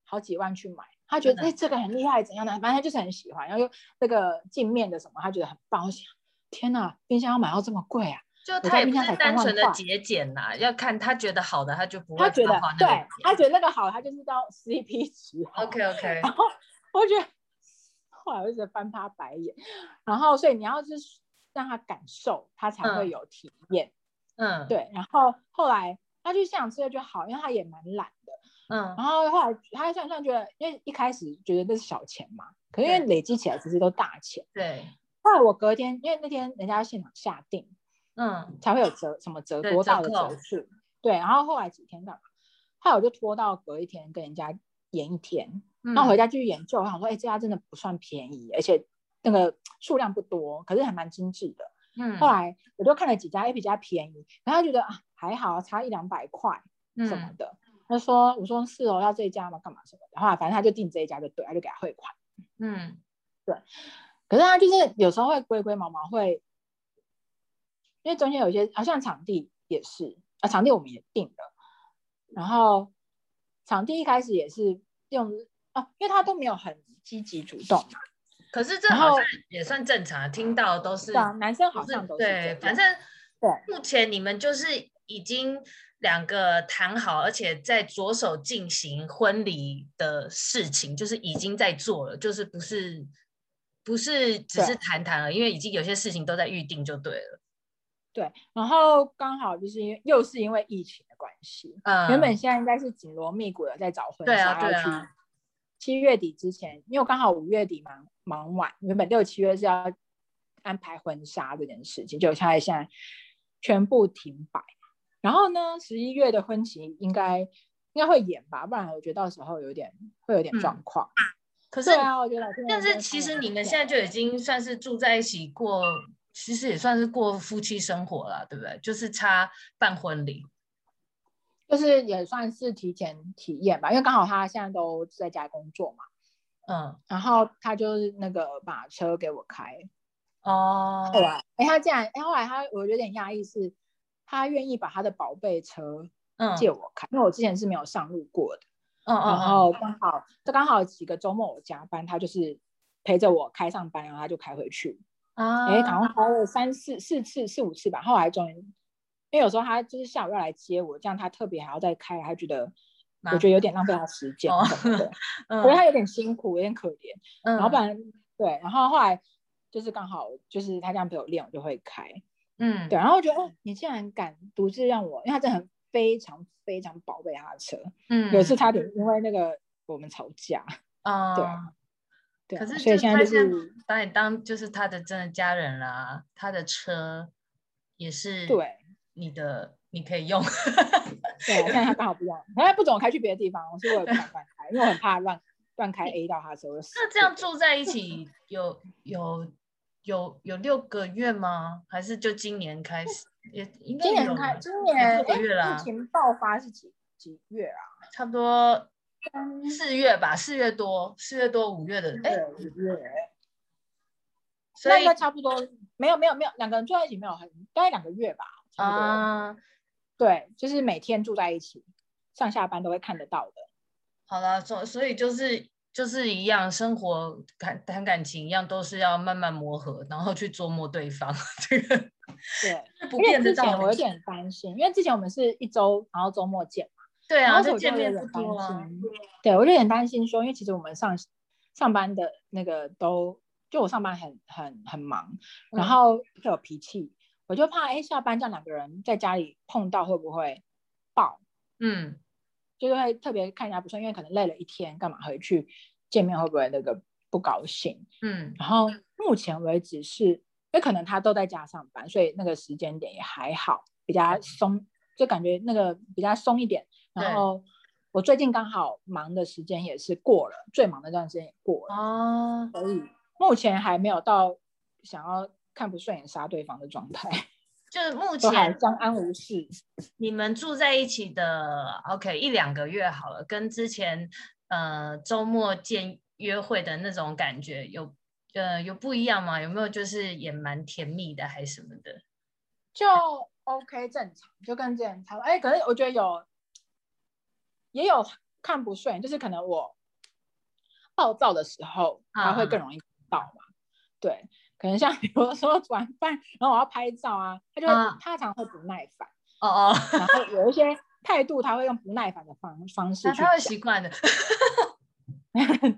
Speaker 1: 好几万去买，他觉得
Speaker 2: 真的
Speaker 1: 哎、这个很厉害，怎样的，反正他就是很喜欢。然后又那个镜面的什么，他觉得很棒。我想，天哪，冰箱要买到这么贵啊！
Speaker 2: 就
Speaker 1: 在
Speaker 2: 他也
Speaker 1: 冰
Speaker 2: 不
Speaker 1: 箱
Speaker 2: 是
Speaker 1: 才
Speaker 2: 单
Speaker 1: 3万
Speaker 2: 纯的
Speaker 1: 块
Speaker 2: 节俭啦，要看他觉得好的，他就不会
Speaker 1: 他觉
Speaker 2: 花
Speaker 1: 得
Speaker 2: 花那
Speaker 1: 对
Speaker 2: 个，
Speaker 1: 他觉得那个好，他就是到 CP 值好。
Speaker 2: OK OK，
Speaker 1: 然后我觉得，后来我一直翻他白眼。然后，所以你要是让他感受，他才会
Speaker 2: 嗯
Speaker 1: 有体验。
Speaker 2: 嗯，，
Speaker 1: 对，然后后来他去想吃了就好，因为他也蛮懒的。
Speaker 2: 嗯
Speaker 1: 然后后来他算算觉得，因为一开始觉得那是小钱嘛，可是因为
Speaker 2: 对
Speaker 1: 累积起来其实都大钱。
Speaker 2: 对，
Speaker 1: 后来我隔天，因为那天人家现场下定
Speaker 2: 嗯
Speaker 1: 才会有折，什么折
Speaker 2: 对
Speaker 1: 多
Speaker 2: 折
Speaker 1: 大的折
Speaker 2: 扣
Speaker 1: 数，对。然后后来几天干嘛？后来我就拖到隔一天跟人家延一天，
Speaker 2: 嗯，
Speaker 1: 然后回家继续研究，我想说，哎、这家真的不算便宜，而且那个数量不多，可是还蛮精致的。
Speaker 2: 嗯，
Speaker 1: 后来我就看了几家，哎也比较便宜，然后觉得啊还好，差一两百块什么
Speaker 2: 嗯
Speaker 1: 的。他说：“我说是哦，要这一家吗？干嘛什么的？”后来反正他就订这一家就对，他就给他汇款。
Speaker 2: 嗯
Speaker 1: 可是他就是有时候会龟龟毛毛，会因为中间有一些，好、像场地也是啊，场地我们也定了，然后场地一开始也是用哦、因为他都没有很积极主动嘛，
Speaker 2: 可是这
Speaker 1: 然
Speaker 2: 好
Speaker 1: 后
Speaker 2: 像也算正常，听到都是
Speaker 1: 对啊，男生好
Speaker 2: 就是
Speaker 1: 像都是这
Speaker 2: 对，
Speaker 1: 样
Speaker 2: 反正
Speaker 1: 对
Speaker 2: 目前你们就是已经两个谈好，而且在着手进行婚礼的事情，就是已经在做了，就是不是不是只
Speaker 1: 对
Speaker 2: 是谈谈了，因为已经有些事情都在预定就对了。
Speaker 1: 对，然后刚好就是因为又是因为疫情的关系，
Speaker 2: 嗯，
Speaker 1: 原本现在应该是紧锣密鼓的在找婚
Speaker 2: 对
Speaker 1: 纱，
Speaker 2: 啊对
Speaker 1: 要去
Speaker 2: 啊
Speaker 1: 七月底之前，因为我刚好五月底忙忙完，原本六七月是要安排婚纱这件事情，就现在现在全部停摆。然后呢，十一月的婚期应该应该会延吧，不然我觉得到时候有点会有点
Speaker 2: 嗯
Speaker 1: 状况。
Speaker 2: 可是
Speaker 1: 对啊，我觉得老天
Speaker 2: 但
Speaker 1: 爷真
Speaker 2: 是
Speaker 1: 的
Speaker 2: 其
Speaker 1: 太
Speaker 2: 实
Speaker 1: 阳
Speaker 2: 你们
Speaker 1: 了
Speaker 2: 现在就已经算是住在一起过，其实也算是过夫妻生活了，对不对？就是差办婚礼。
Speaker 1: 就是也算是提前体验吧，因为刚好他现在都在家工作嘛，
Speaker 2: 嗯，
Speaker 1: 然后他就是那个把车给我开，
Speaker 2: 哦，
Speaker 1: 后来，哎、他竟然，哎、后来他，我有点讶异，是他愿意把他的宝贝车
Speaker 2: 嗯，
Speaker 1: 借我开，因为我之前是没有上路过的。
Speaker 2: 嗯嗯
Speaker 1: 然
Speaker 2: 嗯，
Speaker 1: 后刚好，这刚好几个周末我加班，他就是陪着我开上班，然后他就开回去。
Speaker 2: 啊，
Speaker 1: 哎、赶快开了三四四次四五次吧，后来终于，因为有时候他就是下午要来接我，这样他特别还要再开，他觉得
Speaker 2: 麻
Speaker 1: 我觉得有点浪费他时间
Speaker 2: 哦
Speaker 1: 什么的，
Speaker 2: 嗯
Speaker 1: 我觉得他有点辛苦，有点可怜。
Speaker 2: 嗯
Speaker 1: 然后不然对，然后后来就是刚好就是他这样陪我练，我就会开。
Speaker 2: 嗯，
Speaker 1: 对，然后我觉得哦，你竟然敢独自让我，因为他真的很非常非常宝贝他的车。
Speaker 2: 嗯，
Speaker 1: 有一次差点因为那个我们吵架，
Speaker 2: 嗯，
Speaker 1: 对啊对啊，
Speaker 2: 可是
Speaker 1: 所以
Speaker 2: 就
Speaker 1: 现在
Speaker 2: 他
Speaker 1: 就
Speaker 2: 现在
Speaker 1: 是
Speaker 2: 把你当就是他的真的家人啦、他的车也是
Speaker 1: 对
Speaker 2: 你的，你可以用，
Speaker 1: 对啊，现在他刚好不一样，可是他不准我开去别的地方，所以我也不敢乱开，因为我很怕乱乱开 A 到他的时候就死
Speaker 2: 那这样
Speaker 1: 定了
Speaker 2: 住在一
Speaker 1: *laughs*
Speaker 2: 起有有有有六个月吗？还是就今年开始？也应该
Speaker 1: 今
Speaker 2: 有
Speaker 1: 年
Speaker 2: 吧
Speaker 1: 开，今年
Speaker 2: 六个
Speaker 1: 哎
Speaker 2: 月啦
Speaker 1: 疫情爆发是几几月啊？
Speaker 2: 差不多
Speaker 1: 三
Speaker 2: 四月吧，四月多，四月多五月的，哎、
Speaker 1: 月五月，
Speaker 2: 所
Speaker 1: 嗯那
Speaker 2: 以
Speaker 1: 应该差不多，没有没有没有，两个人住在一起没有很大概两个月吧，差不多。
Speaker 2: 啊，
Speaker 1: 对，就是每天住在一起，上下班都会看得到的。
Speaker 2: 好了，所所以就是就是一样，生活感谈感情一样，都是要慢慢磨合，然后去琢磨对方。这个
Speaker 1: 对，
Speaker 2: 不
Speaker 1: 因
Speaker 2: 变
Speaker 1: 为
Speaker 2: 的
Speaker 1: 之
Speaker 2: 道
Speaker 1: 前
Speaker 2: 理。
Speaker 1: 我有点担心，因为之前我们是一周，然后周末见嘛，
Speaker 2: 对
Speaker 1: 然
Speaker 2: 啊，
Speaker 1: 后
Speaker 2: 就
Speaker 1: 我就
Speaker 2: 见
Speaker 1: 有
Speaker 2: 面
Speaker 1: 点
Speaker 2: 不多
Speaker 1: 担
Speaker 2: 啊。
Speaker 1: 心。对，我就有点担心说，因为其实我们上上班的那个都，就我上班很很很忙，然
Speaker 2: 嗯
Speaker 1: 后会有脾气，我就怕哎、诶下班这样两个人在家里碰到会不会爆，
Speaker 2: 嗯，
Speaker 1: 就是会特别看人家不顺，因为可能累了一天，干嘛回去见面会不会那个不高兴？
Speaker 2: 嗯
Speaker 1: 然后目前为止是，因为可能他都在家上班，所以那个时间点也还好，比较松，就感觉那个比较松一点。
Speaker 2: 对
Speaker 1: 然后我最近刚好忙的时间也是过了，最忙的那段时间也过了，
Speaker 2: 哦，
Speaker 1: 所以目前还没有到想要看不顺眼杀对方的状态， *laughs*
Speaker 2: 就是目
Speaker 1: 都还
Speaker 2: 前
Speaker 1: 相安无事。
Speaker 2: 你们住在一起的，OK，一两个月好了，跟之前呃周末见约会的那种感觉有
Speaker 3: 呃有不一样吗？有没有就是也蛮甜蜜的，还是什么的？
Speaker 1: 就 OK 正常，就跟之前差不多。哎、可是我觉得有也有看不顺眼，就是可能我暴躁的时候，它会更
Speaker 3: 嗯
Speaker 1: 容易到嘛。对，可能像比如说煮完饭，然后我要拍照啊，他就会、
Speaker 2: 嗯
Speaker 1: 他常会不耐烦，
Speaker 3: 哦哦，
Speaker 1: 然后有一些态度他会用不耐烦的方方式
Speaker 3: 那
Speaker 1: 去
Speaker 3: 他会
Speaker 1: 讲
Speaker 3: 习惯的。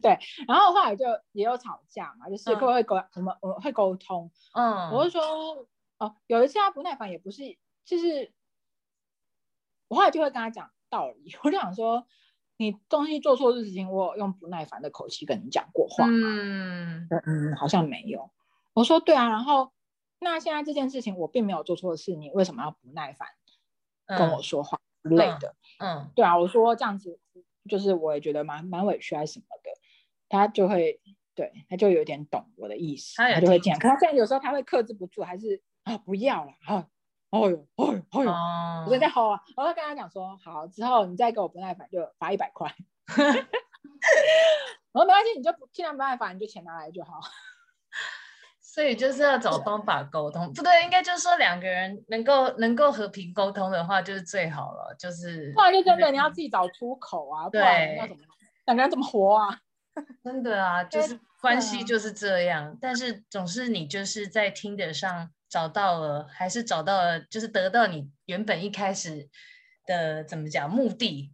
Speaker 1: 对，然后后来就也有吵架嘛，就是
Speaker 3: 嗯
Speaker 1: 会会沟什么我会沟通，
Speaker 3: 嗯，
Speaker 1: 我是说哦，有一次他不耐烦，也不是就是我后来就会跟他讲道理， *laughs* 我就想说你东西做错事情，我有用不耐烦的口气跟你讲过话吗？
Speaker 3: 嗯
Speaker 1: 嗯嗯，好像没有。我说对啊，然后那现在这件事情我并没有做错事，你为什么要不耐烦跟我
Speaker 3: 嗯
Speaker 1: 说话之类的？
Speaker 3: 嗯
Speaker 1: 对啊，我说这样子，就是我也觉得蛮蛮委屈还是什么的，他就会对，他就有点懂我的意思，
Speaker 3: 他有
Speaker 1: 他就会
Speaker 3: 听
Speaker 1: 这样。可他现在有时候他会克制不住，还是啊不要了啊，哦呦哦呦哦呦，
Speaker 3: 哦
Speaker 1: 我就在吼啊，我就跟他讲说，好，之后你再给我不耐烦就罚一百块。 *laughs* 我说没关系，你就不尽量不耐烦，你就钱拿来就好。
Speaker 3: 所以就是要找方法沟通，不对，应该就是说两个人能够能够和平沟通的话，就是最好了。就是
Speaker 1: 不然啊就真的你要自己找出口啊，不然
Speaker 3: 对
Speaker 1: 要怎么两个人怎么活啊？
Speaker 3: 真的啊，就是关系
Speaker 1: 啊
Speaker 3: 就是这样。但是总是你就是在听得上找到了，还是找到了，就是得到你原本一开始的怎么讲目的，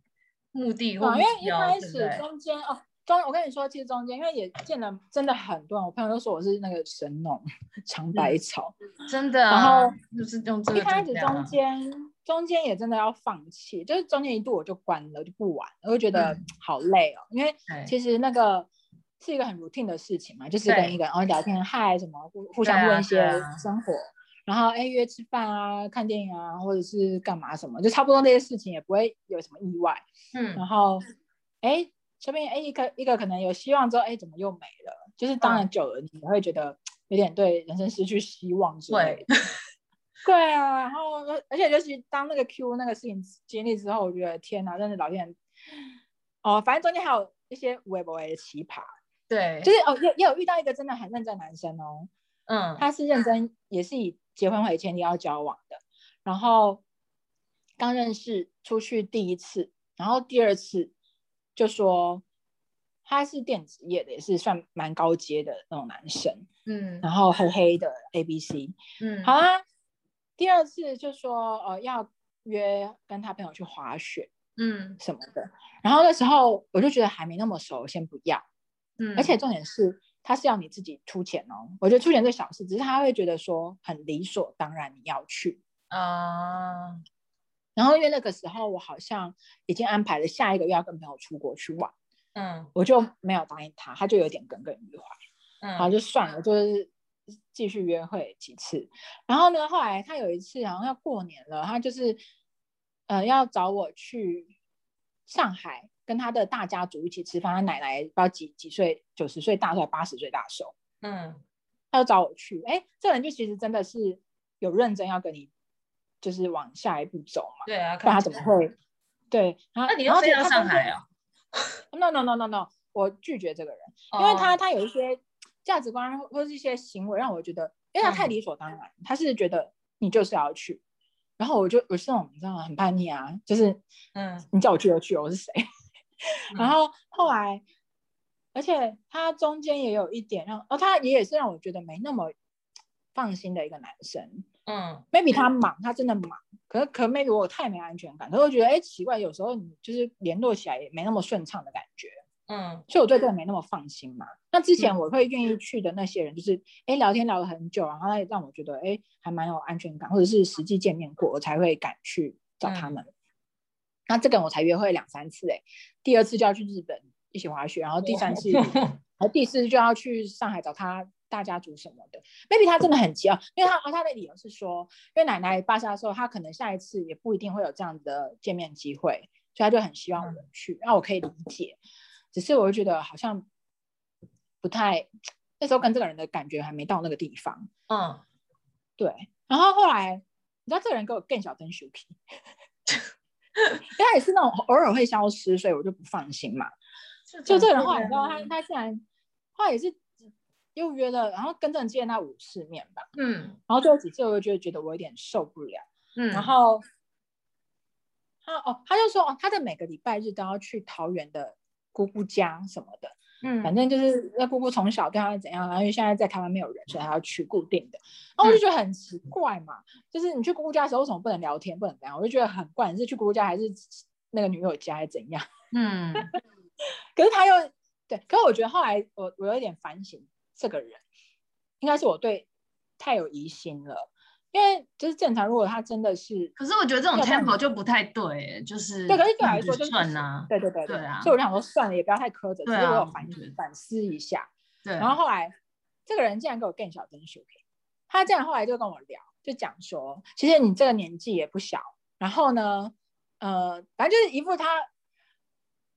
Speaker 3: 目的
Speaker 1: 对
Speaker 3: 或
Speaker 1: 啊，
Speaker 3: 目
Speaker 1: 因为一
Speaker 3: 标，
Speaker 1: 开
Speaker 3: 对不
Speaker 1: 始
Speaker 3: 对？
Speaker 1: 中间哦，中我跟你说，其实中间因为也见了真的很多人，我朋友都说我是那个神农
Speaker 3: 嗯
Speaker 1: 尝百草。
Speaker 3: 真的
Speaker 1: 然
Speaker 3: 啊
Speaker 1: 后，
Speaker 3: 就是用这
Speaker 1: 一
Speaker 3: 个
Speaker 1: 开
Speaker 3: 就
Speaker 1: 始
Speaker 3: 这样啊
Speaker 1: 中间中间也真的要放弃，就是中间一度我就关了，就不玩了，我就觉得
Speaker 3: 嗯
Speaker 1: 好累哦，因为
Speaker 3: 对
Speaker 1: 其实那个。是一个很 routine 的事情嘛，就是
Speaker 3: 对
Speaker 1: 跟一个人哦聊天嗨什么，互互
Speaker 3: 对啊
Speaker 1: 相问一些
Speaker 3: 对啊
Speaker 1: 生活，然后哎约吃饭啊、看电影啊，或者是干嘛什么，就差不多那些事情也不会有什么意外。
Speaker 3: 嗯
Speaker 1: 然后，哎，说不定哎一个一个可能有希望之后，哎，怎么又没了？就是当然久了，你会觉得有点对人生失去希望之类的。 *laughs* 对啊，然后而且尤其当那个 Q 那个事情经历之后，我觉得天哪，真的老天爷哦，反正中间还有一些微博的奇葩，
Speaker 3: 对，
Speaker 1: 就是哦也也有遇到一个真的很认真的男生哦，
Speaker 3: 嗯
Speaker 1: 他是认真，也是以结婚为前提要交往的。然后刚认识，出去第一次，然后第二次就说他是电子业的，也是算蛮高阶的那种男生，
Speaker 3: 嗯
Speaker 1: 然后黑黑的 A B C。
Speaker 3: 嗯，
Speaker 1: 好啊，第二次就说呃要约跟他朋友去滑雪
Speaker 3: 嗯
Speaker 1: 什么的。然后那时候我就觉得还没那么熟，先不要。
Speaker 3: 嗯，
Speaker 1: 而且重点是，他是要你自己出钱哦。我觉得出钱是小事，只是他会觉得说很理所当然你要去。
Speaker 3: 啊，
Speaker 1: 然后因为那个时候我好像已经安排了下一个月要跟朋友出国去玩，
Speaker 3: 嗯
Speaker 1: 我就没有答应他，他就有点耿耿于怀。然后
Speaker 3: 嗯，
Speaker 1: 就算了，就是继续约会几次。然后呢，后来他有一次好像要过年了，他就是呃要找我去上海跟他的大家族一起吃饭，他奶奶不知道几几岁，九十岁大寿，八十岁大寿。
Speaker 3: 嗯
Speaker 1: 他就找我去，哎，这人就其实真的是有认真要跟你，就是往下一步走嘛，
Speaker 3: 对啊，
Speaker 1: 不然
Speaker 3: 看
Speaker 1: 他怎么会？ *laughs* 对，然后
Speaker 3: 那你
Speaker 1: 然
Speaker 3: 又
Speaker 1: 后
Speaker 3: 飞
Speaker 1: 结
Speaker 3: 到
Speaker 1: 果他
Speaker 3: 上
Speaker 1: 中间
Speaker 3: 海啊？
Speaker 1: *laughs* ？No No No No No，我拒绝这个人，
Speaker 3: 因
Speaker 1: 因为他他有一些价值观或是一些行为让我觉得，因为他太
Speaker 3: 嗯
Speaker 1: 理所当然，他是觉得你就是要去，然后我就我是那种你知道吗？很叛逆啊，就是
Speaker 3: 嗯
Speaker 1: 你叫我去就去，我是谁？ *laughs*
Speaker 3: 嗯
Speaker 1: 然后后来，而且他中间也有一点让，哦，他也也是让我觉得没那么放心的一个男生。
Speaker 3: 嗯
Speaker 1: maybe 他忙，他真的忙，可可 maybe 我太没安全感，可是我觉得哎、诶奇怪，有时候你就是联络起来也没那么顺畅的感觉，
Speaker 3: 嗯
Speaker 1: 所以我对这个没那么放心嘛。那之前我会愿意去的那些人，就是哎、诶聊天聊了很久，然后他也让我觉得哎、诶还蛮有安全感，或者是实际见面过，我才会敢去找他们。那这个人我才约会两三次哎、诶第二次就要去日本一起滑雪，然后第三次然后第四就要去上海找他大家族什么的。maybe 他真的很急啊，因为他哦他的理由是说，因为奶奶巴沙的时候，他可能下一次也不一定会有这样的见面机会，所以他就很希望我们去。那、我可以理解，只是我就觉得好像不太，那时候跟这个人的感觉还没到那个地方。
Speaker 3: *laughs* 嗯，
Speaker 1: 对，然后后来你知道这个人给我更小灯 *laughs* Suki。因为他也是那种偶尔会消失，所以我就不放心嘛。就这个人后来，你知道他他竟然后来也是又约了，然后跟郑见那五次面吧，
Speaker 3: 嗯
Speaker 1: 然后最后几次我就觉得我有点受不了，
Speaker 3: 嗯，
Speaker 1: 然后他哦，他就说哦，他的每个礼拜日都要去桃园的姑姑家什么的，
Speaker 3: 嗯
Speaker 1: 反正就是那姑姑从小对他怎样，然后因为现在在台湾没有人，所以他要去固定的。
Speaker 3: 嗯
Speaker 1: 然后我就觉得很奇怪嘛，就是你去姑姑家的时候，为什么不能聊天，不能怎样？我就觉得很怪，你是去姑姑家还是那个女友家，还是怎样？
Speaker 2: 嗯，
Speaker 1: 可是他又对，可是我觉得后来我我有一点反省这个人，应该是我对太有疑心了，因为就是正常，如果他真的是
Speaker 2: 可是我觉得这种
Speaker 1: 要不然
Speaker 2: tempo 就不太对，就是
Speaker 1: 对，可是对我来说
Speaker 2: 很不
Speaker 1: 就是
Speaker 2: 顺啊，
Speaker 1: 对对对
Speaker 2: 对啊
Speaker 1: 所以我就想说算了，也不要太苛责，只
Speaker 2: 对
Speaker 1: 是
Speaker 2: 啊
Speaker 1: 我有反
Speaker 2: 我觉得
Speaker 1: 反思一下。
Speaker 2: 对，
Speaker 1: 然后后来这个人竟然给我更小灯修给，他竟然后来就跟我聊，就讲说，其实你这个年纪也不小，然后呢，呃，反正就是一副他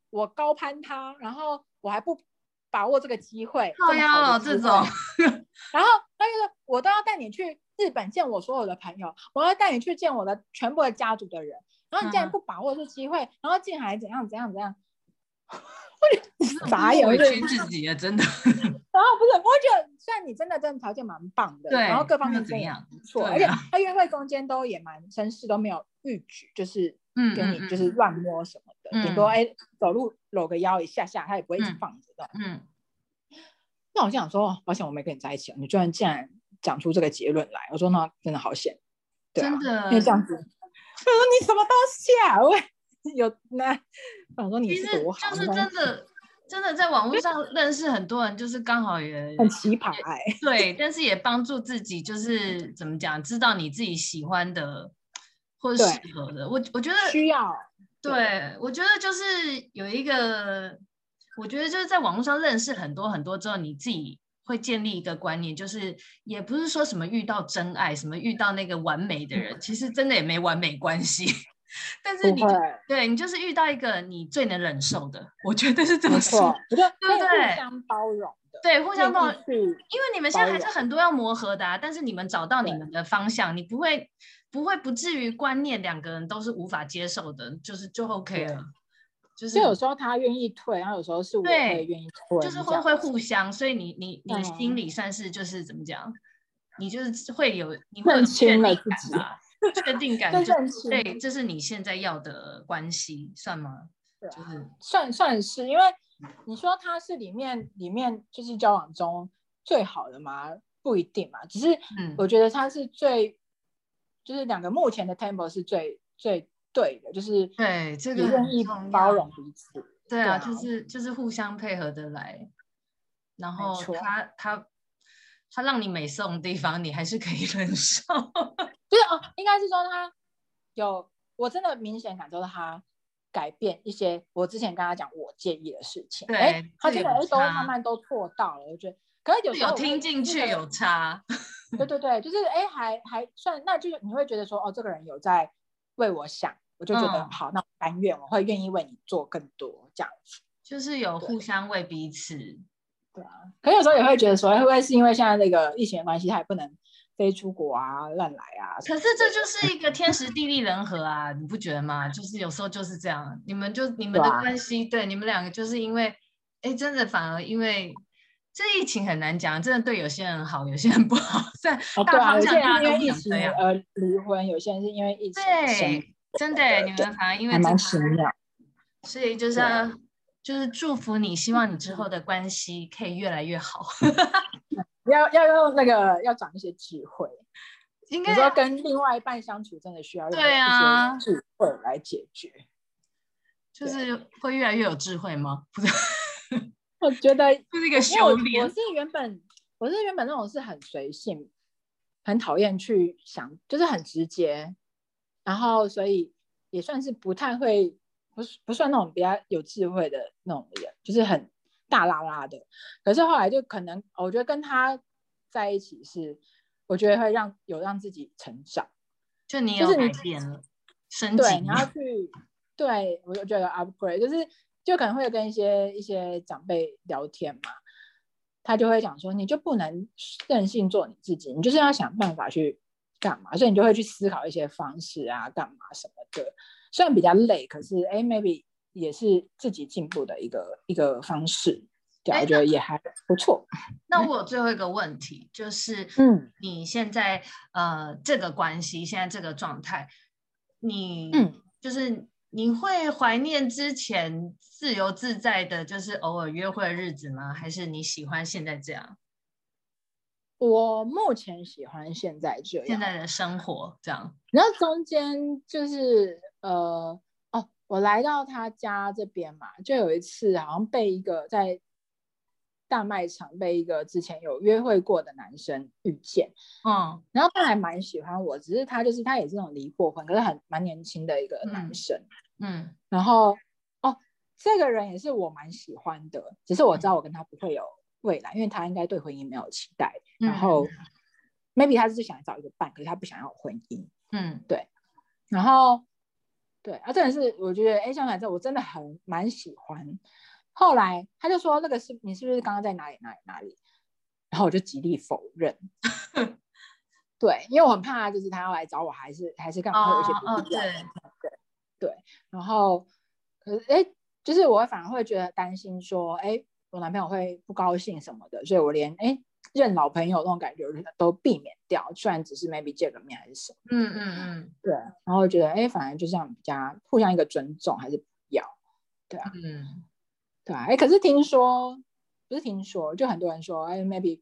Speaker 1: 我高攀他，然后我还不把握这个机会，
Speaker 2: 靠
Speaker 1: 这么
Speaker 2: 腰
Speaker 1: 好
Speaker 2: 哦
Speaker 1: 的
Speaker 2: 这
Speaker 1: 机会
Speaker 2: 种，
Speaker 1: 然后他就说，我都要带你去日本见我所有的朋友，我要带你去见我的全部的家族的人，然后你竟然
Speaker 2: 嗯
Speaker 1: 不把握这机会，然后竟然还怎样怎样怎
Speaker 2: *laughs*
Speaker 1: 样，我就 *laughs* 傻眼，我
Speaker 2: 委
Speaker 1: 就
Speaker 2: 屈自己了，真的。
Speaker 1: 然后不是，我觉得虽然你真的真的条件蛮棒的，
Speaker 2: 对
Speaker 1: 然后各方
Speaker 2: 那
Speaker 1: 面
Speaker 2: 又怎
Speaker 1: 真的也
Speaker 2: 样
Speaker 1: 不错，
Speaker 2: 对
Speaker 1: 而且
Speaker 2: 啊
Speaker 1: 他约会中间都也蛮绅士，都没有逾矩，就是
Speaker 2: 嗯
Speaker 1: 给
Speaker 2: 嗯
Speaker 1: 你
Speaker 2: 嗯
Speaker 1: 就是乱摸什么的，顶多哎走路搂个腰一下下，他也不会一直
Speaker 2: 嗯
Speaker 1: 放着的。
Speaker 2: 嗯，
Speaker 1: 那我就想说，好险我没跟你在一起，你居然竟然讲出这个结论来，我说那真的好险，对啊，
Speaker 2: 真的
Speaker 1: 因为这样子，我说 *laughs* 你什么东西啊？我也有那，我想说你
Speaker 2: 其实
Speaker 1: 是多好，
Speaker 2: 就是
Speaker 1: 你
Speaker 2: 真的，真的在网络上认识很多人，就是刚好也
Speaker 1: 很奇葩哎、
Speaker 2: 对，但是也帮助自己，就是怎么讲，知道你自己喜欢的或者
Speaker 1: 对
Speaker 2: 适合的。我我觉得
Speaker 1: 需要对
Speaker 2: 对，我觉得就是有一个，我觉得就是在网络上认识很多很多之后，你自己会建立一个观念，就是也不是说什么遇到真爱，什么遇到那个完美的人，其实真的也没完美关系。 *laughs* 但是
Speaker 1: 不
Speaker 2: 你
Speaker 1: 会，
Speaker 2: 对你就是遇到一个你最能忍受的，我觉得是
Speaker 1: *laughs*
Speaker 2: 这
Speaker 1: 没
Speaker 2: 么
Speaker 1: 错
Speaker 2: 说。，
Speaker 1: 我觉得可以
Speaker 2: 对
Speaker 1: 互相包容的。
Speaker 2: 对，互相包容
Speaker 1: 愿意，去
Speaker 2: 因为你们现在还
Speaker 1: 包
Speaker 2: 是
Speaker 1: 容
Speaker 2: 很多要磨合的、啊，但是你们找到你
Speaker 1: 对
Speaker 2: 们的方向，你不会不会不至于观念两个人都是无法接受的，就是就 OK
Speaker 1: 对
Speaker 2: 了，就是
Speaker 1: 所以有时候他愿意退，然后有时候是我
Speaker 2: 对
Speaker 1: 会愿意退，
Speaker 2: 就是
Speaker 1: 这
Speaker 2: 会
Speaker 1: 样
Speaker 2: 会互相，所以你你你心
Speaker 1: 嗯
Speaker 2: 里算是就是怎么讲，你就是会有你会有
Speaker 1: 认
Speaker 2: 确
Speaker 1: 清
Speaker 2: 定
Speaker 1: 了
Speaker 2: 感
Speaker 1: 自己
Speaker 2: 吧，确定感
Speaker 1: 对
Speaker 2: 就
Speaker 1: 认
Speaker 2: 是对，
Speaker 1: 清
Speaker 2: 这是你现在要的关系算吗？
Speaker 1: 对啊
Speaker 2: 就是
Speaker 1: 算算是，因为你说他是里面里面就是交往中最好的嘛，不一定嘛，只是
Speaker 2: 嗯
Speaker 1: 我觉得他是最，就是两个目前的 tempo 是最最对的，就是
Speaker 2: 对这个
Speaker 1: 也愿
Speaker 2: 很
Speaker 1: 意
Speaker 2: 重
Speaker 1: 包
Speaker 2: 要
Speaker 1: 容彼此，
Speaker 2: 对
Speaker 1: 对
Speaker 2: 啊，
Speaker 1: 啊
Speaker 2: 就是就是互相配合的来，然
Speaker 1: 没
Speaker 2: 后
Speaker 1: 错
Speaker 2: 他他他让你美送的地方，你还是可以 *laughs* 忍受。
Speaker 1: 就是哦，应该是说他有，我真的明显感受到他改变一些我之前跟他讲我介意的事情。
Speaker 2: 对
Speaker 1: 哎他
Speaker 2: 这
Speaker 1: 真
Speaker 2: 有
Speaker 1: 的哎都
Speaker 2: 差
Speaker 1: 慢慢都做到了，我觉得。可是有时候
Speaker 2: 有
Speaker 1: 我会
Speaker 2: 听进去，有。差，
Speaker 1: 那个对对对，就是哎，还还算，那就是你会觉得说，哦，这个人有在为我想，我就觉得、
Speaker 2: 嗯
Speaker 1: 好，那我甘愿，我会愿意为你做更多这样子。
Speaker 2: 就是有
Speaker 1: 对
Speaker 2: 互相为彼此。
Speaker 1: 可是有时候也会觉得说，哎会不会是因为现在这个疫情的关系，他也不能飞出国啊、乱来啊什
Speaker 2: *laughs* 可
Speaker 1: 么
Speaker 2: 是
Speaker 1: 之类的？
Speaker 2: 这就是一个天时地利人和啊，你不觉得吗？就是有时候就是这样，你们就你们的
Speaker 1: 对啊
Speaker 2: 关系，对你们两个就是因为，哎，真的反而因为这疫情很难讲，真的对有些人好，有些人不好，在
Speaker 1: 哦，
Speaker 2: 大
Speaker 1: 对啊，
Speaker 2: 方
Speaker 1: 有些
Speaker 2: 向大
Speaker 1: 人
Speaker 2: 家
Speaker 1: 是因为疫
Speaker 2: 都不想
Speaker 1: 情
Speaker 2: 这样。
Speaker 1: 而离婚，有些人是因为疫情生
Speaker 2: 对
Speaker 1: 病，，
Speaker 2: 真的，你
Speaker 1: 对
Speaker 2: 们反而因为
Speaker 1: 还
Speaker 2: 这
Speaker 1: 蛮
Speaker 2: 个
Speaker 1: 奇妙。
Speaker 2: 所以就是
Speaker 1: 对啊
Speaker 2: 要就是祝福你，希望你之后的关系可以越来越好。
Speaker 1: 要要用那个要长一些智慧，
Speaker 2: 应
Speaker 1: 有
Speaker 2: 该
Speaker 1: 时候跟另外一半相处真的需要用
Speaker 2: 对啊
Speaker 1: 一些智慧来解决。
Speaker 2: 就是会越来越有智慧吗？ *laughs* 不是，
Speaker 1: 我觉得，因
Speaker 2: 就是一
Speaker 1: 为
Speaker 2: 个
Speaker 1: 我
Speaker 2: 修
Speaker 1: 我
Speaker 2: 炼。
Speaker 1: 是原本我是原本那种是很随性，很讨厌去想，就是很直接，然后所以也算是不太会，不是不算那种比较有智慧的那种人，就是很大啦啦的。可是后来就可能，我觉得跟他在一起是，我觉得会让有让自己成长。
Speaker 2: 就你
Speaker 1: 就
Speaker 2: 有
Speaker 1: 是
Speaker 2: 改
Speaker 1: 你
Speaker 2: 变了，升级
Speaker 1: 对，你要
Speaker 2: 了。
Speaker 1: 去，对我就觉得 upgrade 就是就可能会跟一些一些长辈聊天嘛，他就会讲说，你就不能任性做你自己，你就是要想办法去干嘛，所以你就会去思考一些方式啊，干嘛什么的。虽然比较累，可是哎，maybe 也是自己进步的一个一个方式。对啊，
Speaker 2: 哎
Speaker 1: 我觉得也还不错。
Speaker 2: 那我有最后一个问题，就是，
Speaker 1: 嗯
Speaker 2: 你现在呃这个关系，现在这个状态，你
Speaker 1: 嗯，
Speaker 2: 就是你会怀念之前自由自在的，就是偶尔约会的日子吗？还是你喜欢现在这样，
Speaker 1: 我目前喜欢现在这样。
Speaker 2: 现在的生活这样？
Speaker 1: 然后中间就是呃哦，我来到他家这边嘛，就有一次好像被一个在大卖场被一个之前有约会过的男生遇见，
Speaker 2: 嗯
Speaker 1: 然后他还蛮喜欢我，只是他就是他也是那种离过婚，可是很蛮年轻的一个男
Speaker 2: 嗯
Speaker 1: 生，
Speaker 2: 嗯
Speaker 1: 然后哦，这个人也是我蛮喜欢的，只是我
Speaker 2: 嗯
Speaker 1: 知道我跟他不会有未来，因为他应该对婚姻没有期待，然
Speaker 2: 嗯
Speaker 1: 后 maybe 他是想找一个伴，可是他不想要婚姻。
Speaker 2: 嗯
Speaker 1: 然后，对啊，真的是我觉得，哎，相反之后我真的很蛮喜欢。后来他就说那个是你是不是刚刚在哪里哪里哪里？然后我就极力否
Speaker 2: *laughs*
Speaker 1: 认，对，因为我很怕就是他要来找我，还是还是干嘛会有一些
Speaker 2: 哦
Speaker 1: 不
Speaker 2: 哦
Speaker 1: 必要的对对。然后可是哎，就是我反而会觉得担心说，哎，我男朋友会不高兴什么的，所以我连哎认老朋友那种感觉我就都避免掉，虽然只是 maybe 见个面还是什么。
Speaker 2: 嗯嗯
Speaker 1: 对，然后觉得哎，诶反正就这样比较互相一个尊重，还是不要，
Speaker 2: 嗯嗯，
Speaker 1: 对啊，哎，可是听说不是听说，就很多人说，哎，maybe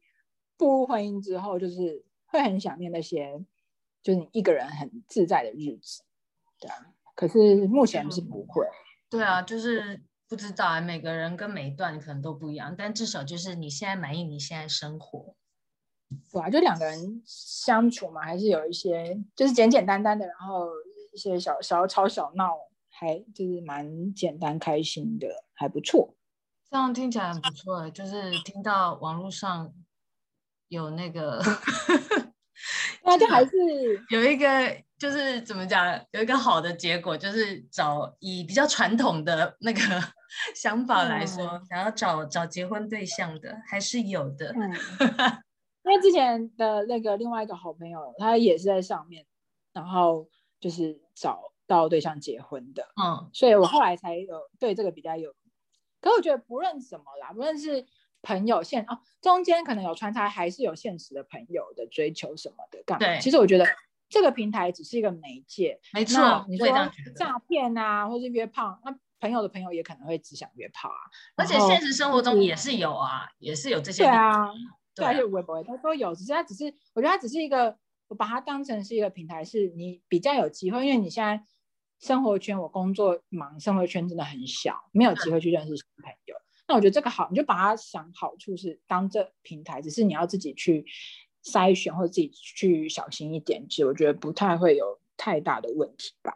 Speaker 1: 步入婚姻之后，就是会很想念那些，就是你一个人很自在的日子，对啊。可是目前是不会，
Speaker 2: 对啊，就是不知道啊，每个人跟每一段可能都不一样，但至少就是你现在满意你现在生活。
Speaker 1: 对啊，就两个人相处嘛，还是有一些就是简简单单的，然后一些小小吵小闹，还就是蛮简单开心的，还不错。
Speaker 2: 这样听起来很不错欸，就是听到网络上有那个 *laughs*
Speaker 1: 那就
Speaker 2: 这
Speaker 1: 还
Speaker 2: 种
Speaker 1: 是
Speaker 2: 有一个就是怎么讲，有一个好的结果，就是找以比较传统的那个 *laughs* 想法来说，想要找找结婚对象的还是有的。
Speaker 1: 嗯， *laughs* 因为之前的那个另外一个好朋友，他也是在上面，然后就是找到对象结婚的，
Speaker 2: 嗯
Speaker 1: 所以我后来才有对这个比较有。可我觉得不论什么啦，不论是朋友现哦，中间可能有穿插，还是有现实的朋友的追求什么的，干嘛？
Speaker 2: 对
Speaker 1: 其实我觉得这个平台只是一个媒介，
Speaker 2: 没
Speaker 1: 那
Speaker 2: 错，
Speaker 1: 你
Speaker 2: 我
Speaker 1: 说
Speaker 2: 也这样觉得。
Speaker 1: 诈骗啊，或是约炮，那朋友的朋友也可能会只想约炮啊。
Speaker 2: 而且
Speaker 1: 然后
Speaker 2: 现实生活中
Speaker 1: 是
Speaker 2: 也是有啊，也是有这些
Speaker 1: 对
Speaker 2: 例子。
Speaker 1: 啊，
Speaker 2: 对
Speaker 1: 对，而且
Speaker 2: 啊，
Speaker 1: 微博它都有，只是它只是，我觉得它只是一个，我把它当成是一个平台，是你比较有机会，因为你现在生活圈，我工作忙，生活圈真的很小，没有机会去认识新朋友。那我觉得这个好，你就把它想好处是当这平台，只是你要自己去筛选或者自己去小心一点，其实我觉得不太会有太大的问题吧。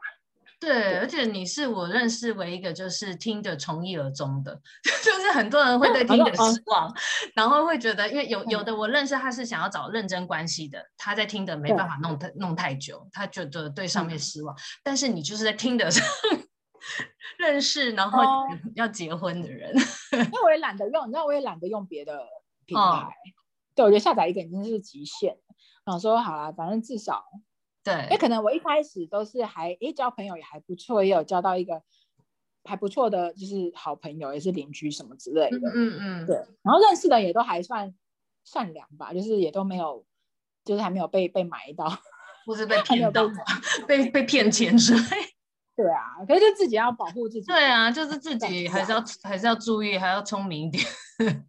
Speaker 2: 对，而且你是我认识唯一一个就是听的从一而终的， *laughs* 就是很多人会对听的
Speaker 1: 好哦的嗯
Speaker 2: 失望，然后会觉得，因为有有的我认识他是想要找认真关系的，他在听的没
Speaker 1: 对
Speaker 2: 办法弄太弄太久，他觉得对上面
Speaker 1: 嗯
Speaker 2: 失望，但是你就是在听的上 *laughs* 认识，然后
Speaker 1: 哦
Speaker 2: *laughs* 要结婚的人，
Speaker 1: 因为我也懒得用，你知道，我也懒得用别的平台。
Speaker 2: 哦
Speaker 1: 对，我觉得下载一个已经是极限了。想说好啦，反正至少因为
Speaker 2: 对，
Speaker 1: 可能我一开始都是还诶交朋友也还不错，也有交到一个还不错的就是好朋友，也是邻居什么之类
Speaker 2: 嗯
Speaker 1: 的。
Speaker 2: 嗯
Speaker 1: 对
Speaker 2: 嗯，，
Speaker 1: 然后认识的也都还算善良吧，就是也都没有，就是还没有被被埋到，
Speaker 2: 或 *laughs* 是被
Speaker 1: 还没有
Speaker 2: 骗
Speaker 1: 被
Speaker 2: 到，被被骗钱之类
Speaker 1: *laughs*
Speaker 2: 的，
Speaker 1: 对啊，可是就自己要保护自己，
Speaker 2: 对啊，就是自
Speaker 1: 对
Speaker 2: 己
Speaker 1: 是
Speaker 2: 还是要还是要注意，还要聪明一点， *laughs*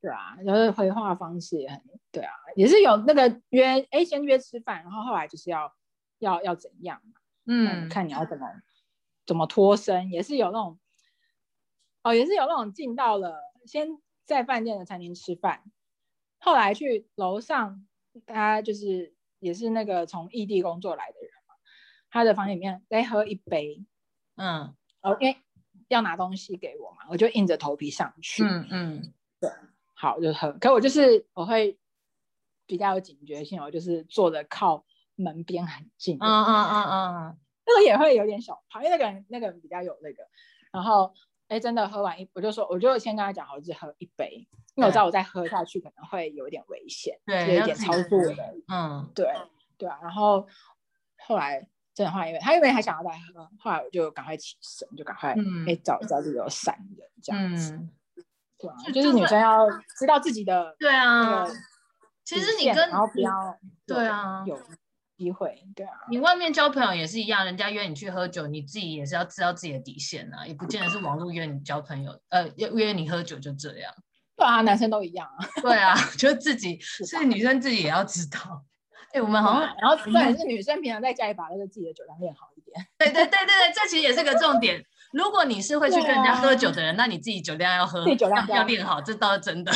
Speaker 1: 对啊，就是回话方式也很对啊，也是有那个约诶先约吃饭，然后后来就是要要要怎样嘛嗯，
Speaker 2: 嗯，
Speaker 1: 看你要怎么怎么脱身，也是有那种哦，也是有那种进到了先在饭店的餐厅吃饭，后来去楼上，他就是也是那个从异地工作来的人嘛，他的房间里面再喝一杯，
Speaker 2: 嗯
Speaker 1: 哦，因为要拿东西给我嘛，我就硬着头皮上去，
Speaker 2: 嗯嗯。
Speaker 1: 好就喝，可我就是我会比较有警觉性，我就是坐着靠门边很近，
Speaker 2: 嗯嗯嗯嗯，
Speaker 1: 那个也会有点小怕，因为那个人那个人比较有那个。然后，哎，真的喝完一，我就说，我就先跟他讲好，我只喝一杯，因为我知道我再喝下去可能会有一点危险，
Speaker 2: 对
Speaker 1: 就有
Speaker 2: 要
Speaker 1: 一点
Speaker 2: 自己
Speaker 1: 超
Speaker 2: 注
Speaker 1: 过我
Speaker 2: 意
Speaker 1: 的，
Speaker 2: 嗯
Speaker 1: 对对啊。然后后来真的话，因为他因为还想要再喝，后来我就赶快起身，就赶快哎、
Speaker 2: 嗯
Speaker 1: 诶找找自己有伞的这样子，
Speaker 2: 嗯，
Speaker 1: 对啊，
Speaker 2: 就
Speaker 1: 就是
Speaker 2: 就
Speaker 1: 女
Speaker 2: 会
Speaker 1: 生要知道自己的
Speaker 2: 对啊
Speaker 1: 那个，
Speaker 2: 其实
Speaker 1: 底
Speaker 2: 你
Speaker 1: 线
Speaker 2: 跟
Speaker 1: 然后不
Speaker 2: 你
Speaker 1: 要有
Speaker 2: 对啊
Speaker 1: 有机会，对啊，
Speaker 2: 你外面交朋友也是一样，人家约你去喝酒，你自己也是要知道自己的底线啊，也不见得是网络约你交朋友，呃，约约你喝酒就这样。
Speaker 1: 对啊，男生都一样啊，
Speaker 2: 对啊， *laughs* 就自己
Speaker 1: 是
Speaker 2: 是女生自己也要知道。哎、我们好像
Speaker 1: 然后重点是女生平常在家里把那个自己的酒量练好一点，
Speaker 2: 对对对对对，这其实也是个重点。如果你是会去
Speaker 1: 啊对
Speaker 2: 跟人家
Speaker 1: 啊
Speaker 2: 喝酒的人，那你自己酒量要喝，
Speaker 1: 自己酒量
Speaker 2: 要
Speaker 1: 要
Speaker 2: 要练好，这倒是真的。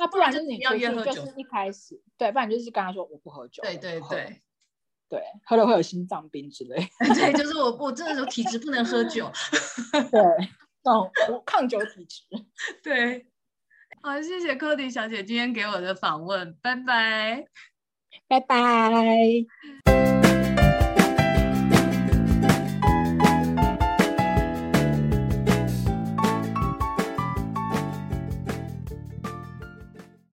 Speaker 1: 那不然就是你
Speaker 2: 要
Speaker 1: 出去
Speaker 2: 约喝
Speaker 1: 就
Speaker 2: 酒
Speaker 1: 是一开始对，不然就是跟他说我不喝酒，
Speaker 2: 对
Speaker 1: 我
Speaker 2: 对
Speaker 1: 不喝
Speaker 2: 对 *laughs*
Speaker 1: 对，喝了会有心脏病之类，
Speaker 2: 对，就是我我这种体质不能喝酒。
Speaker 1: 对， *laughs* 那种无抗酒体质，
Speaker 2: *laughs* 对，好，谢谢柯迪小姐今天给我的访问，拜拜。
Speaker 1: 拜拜。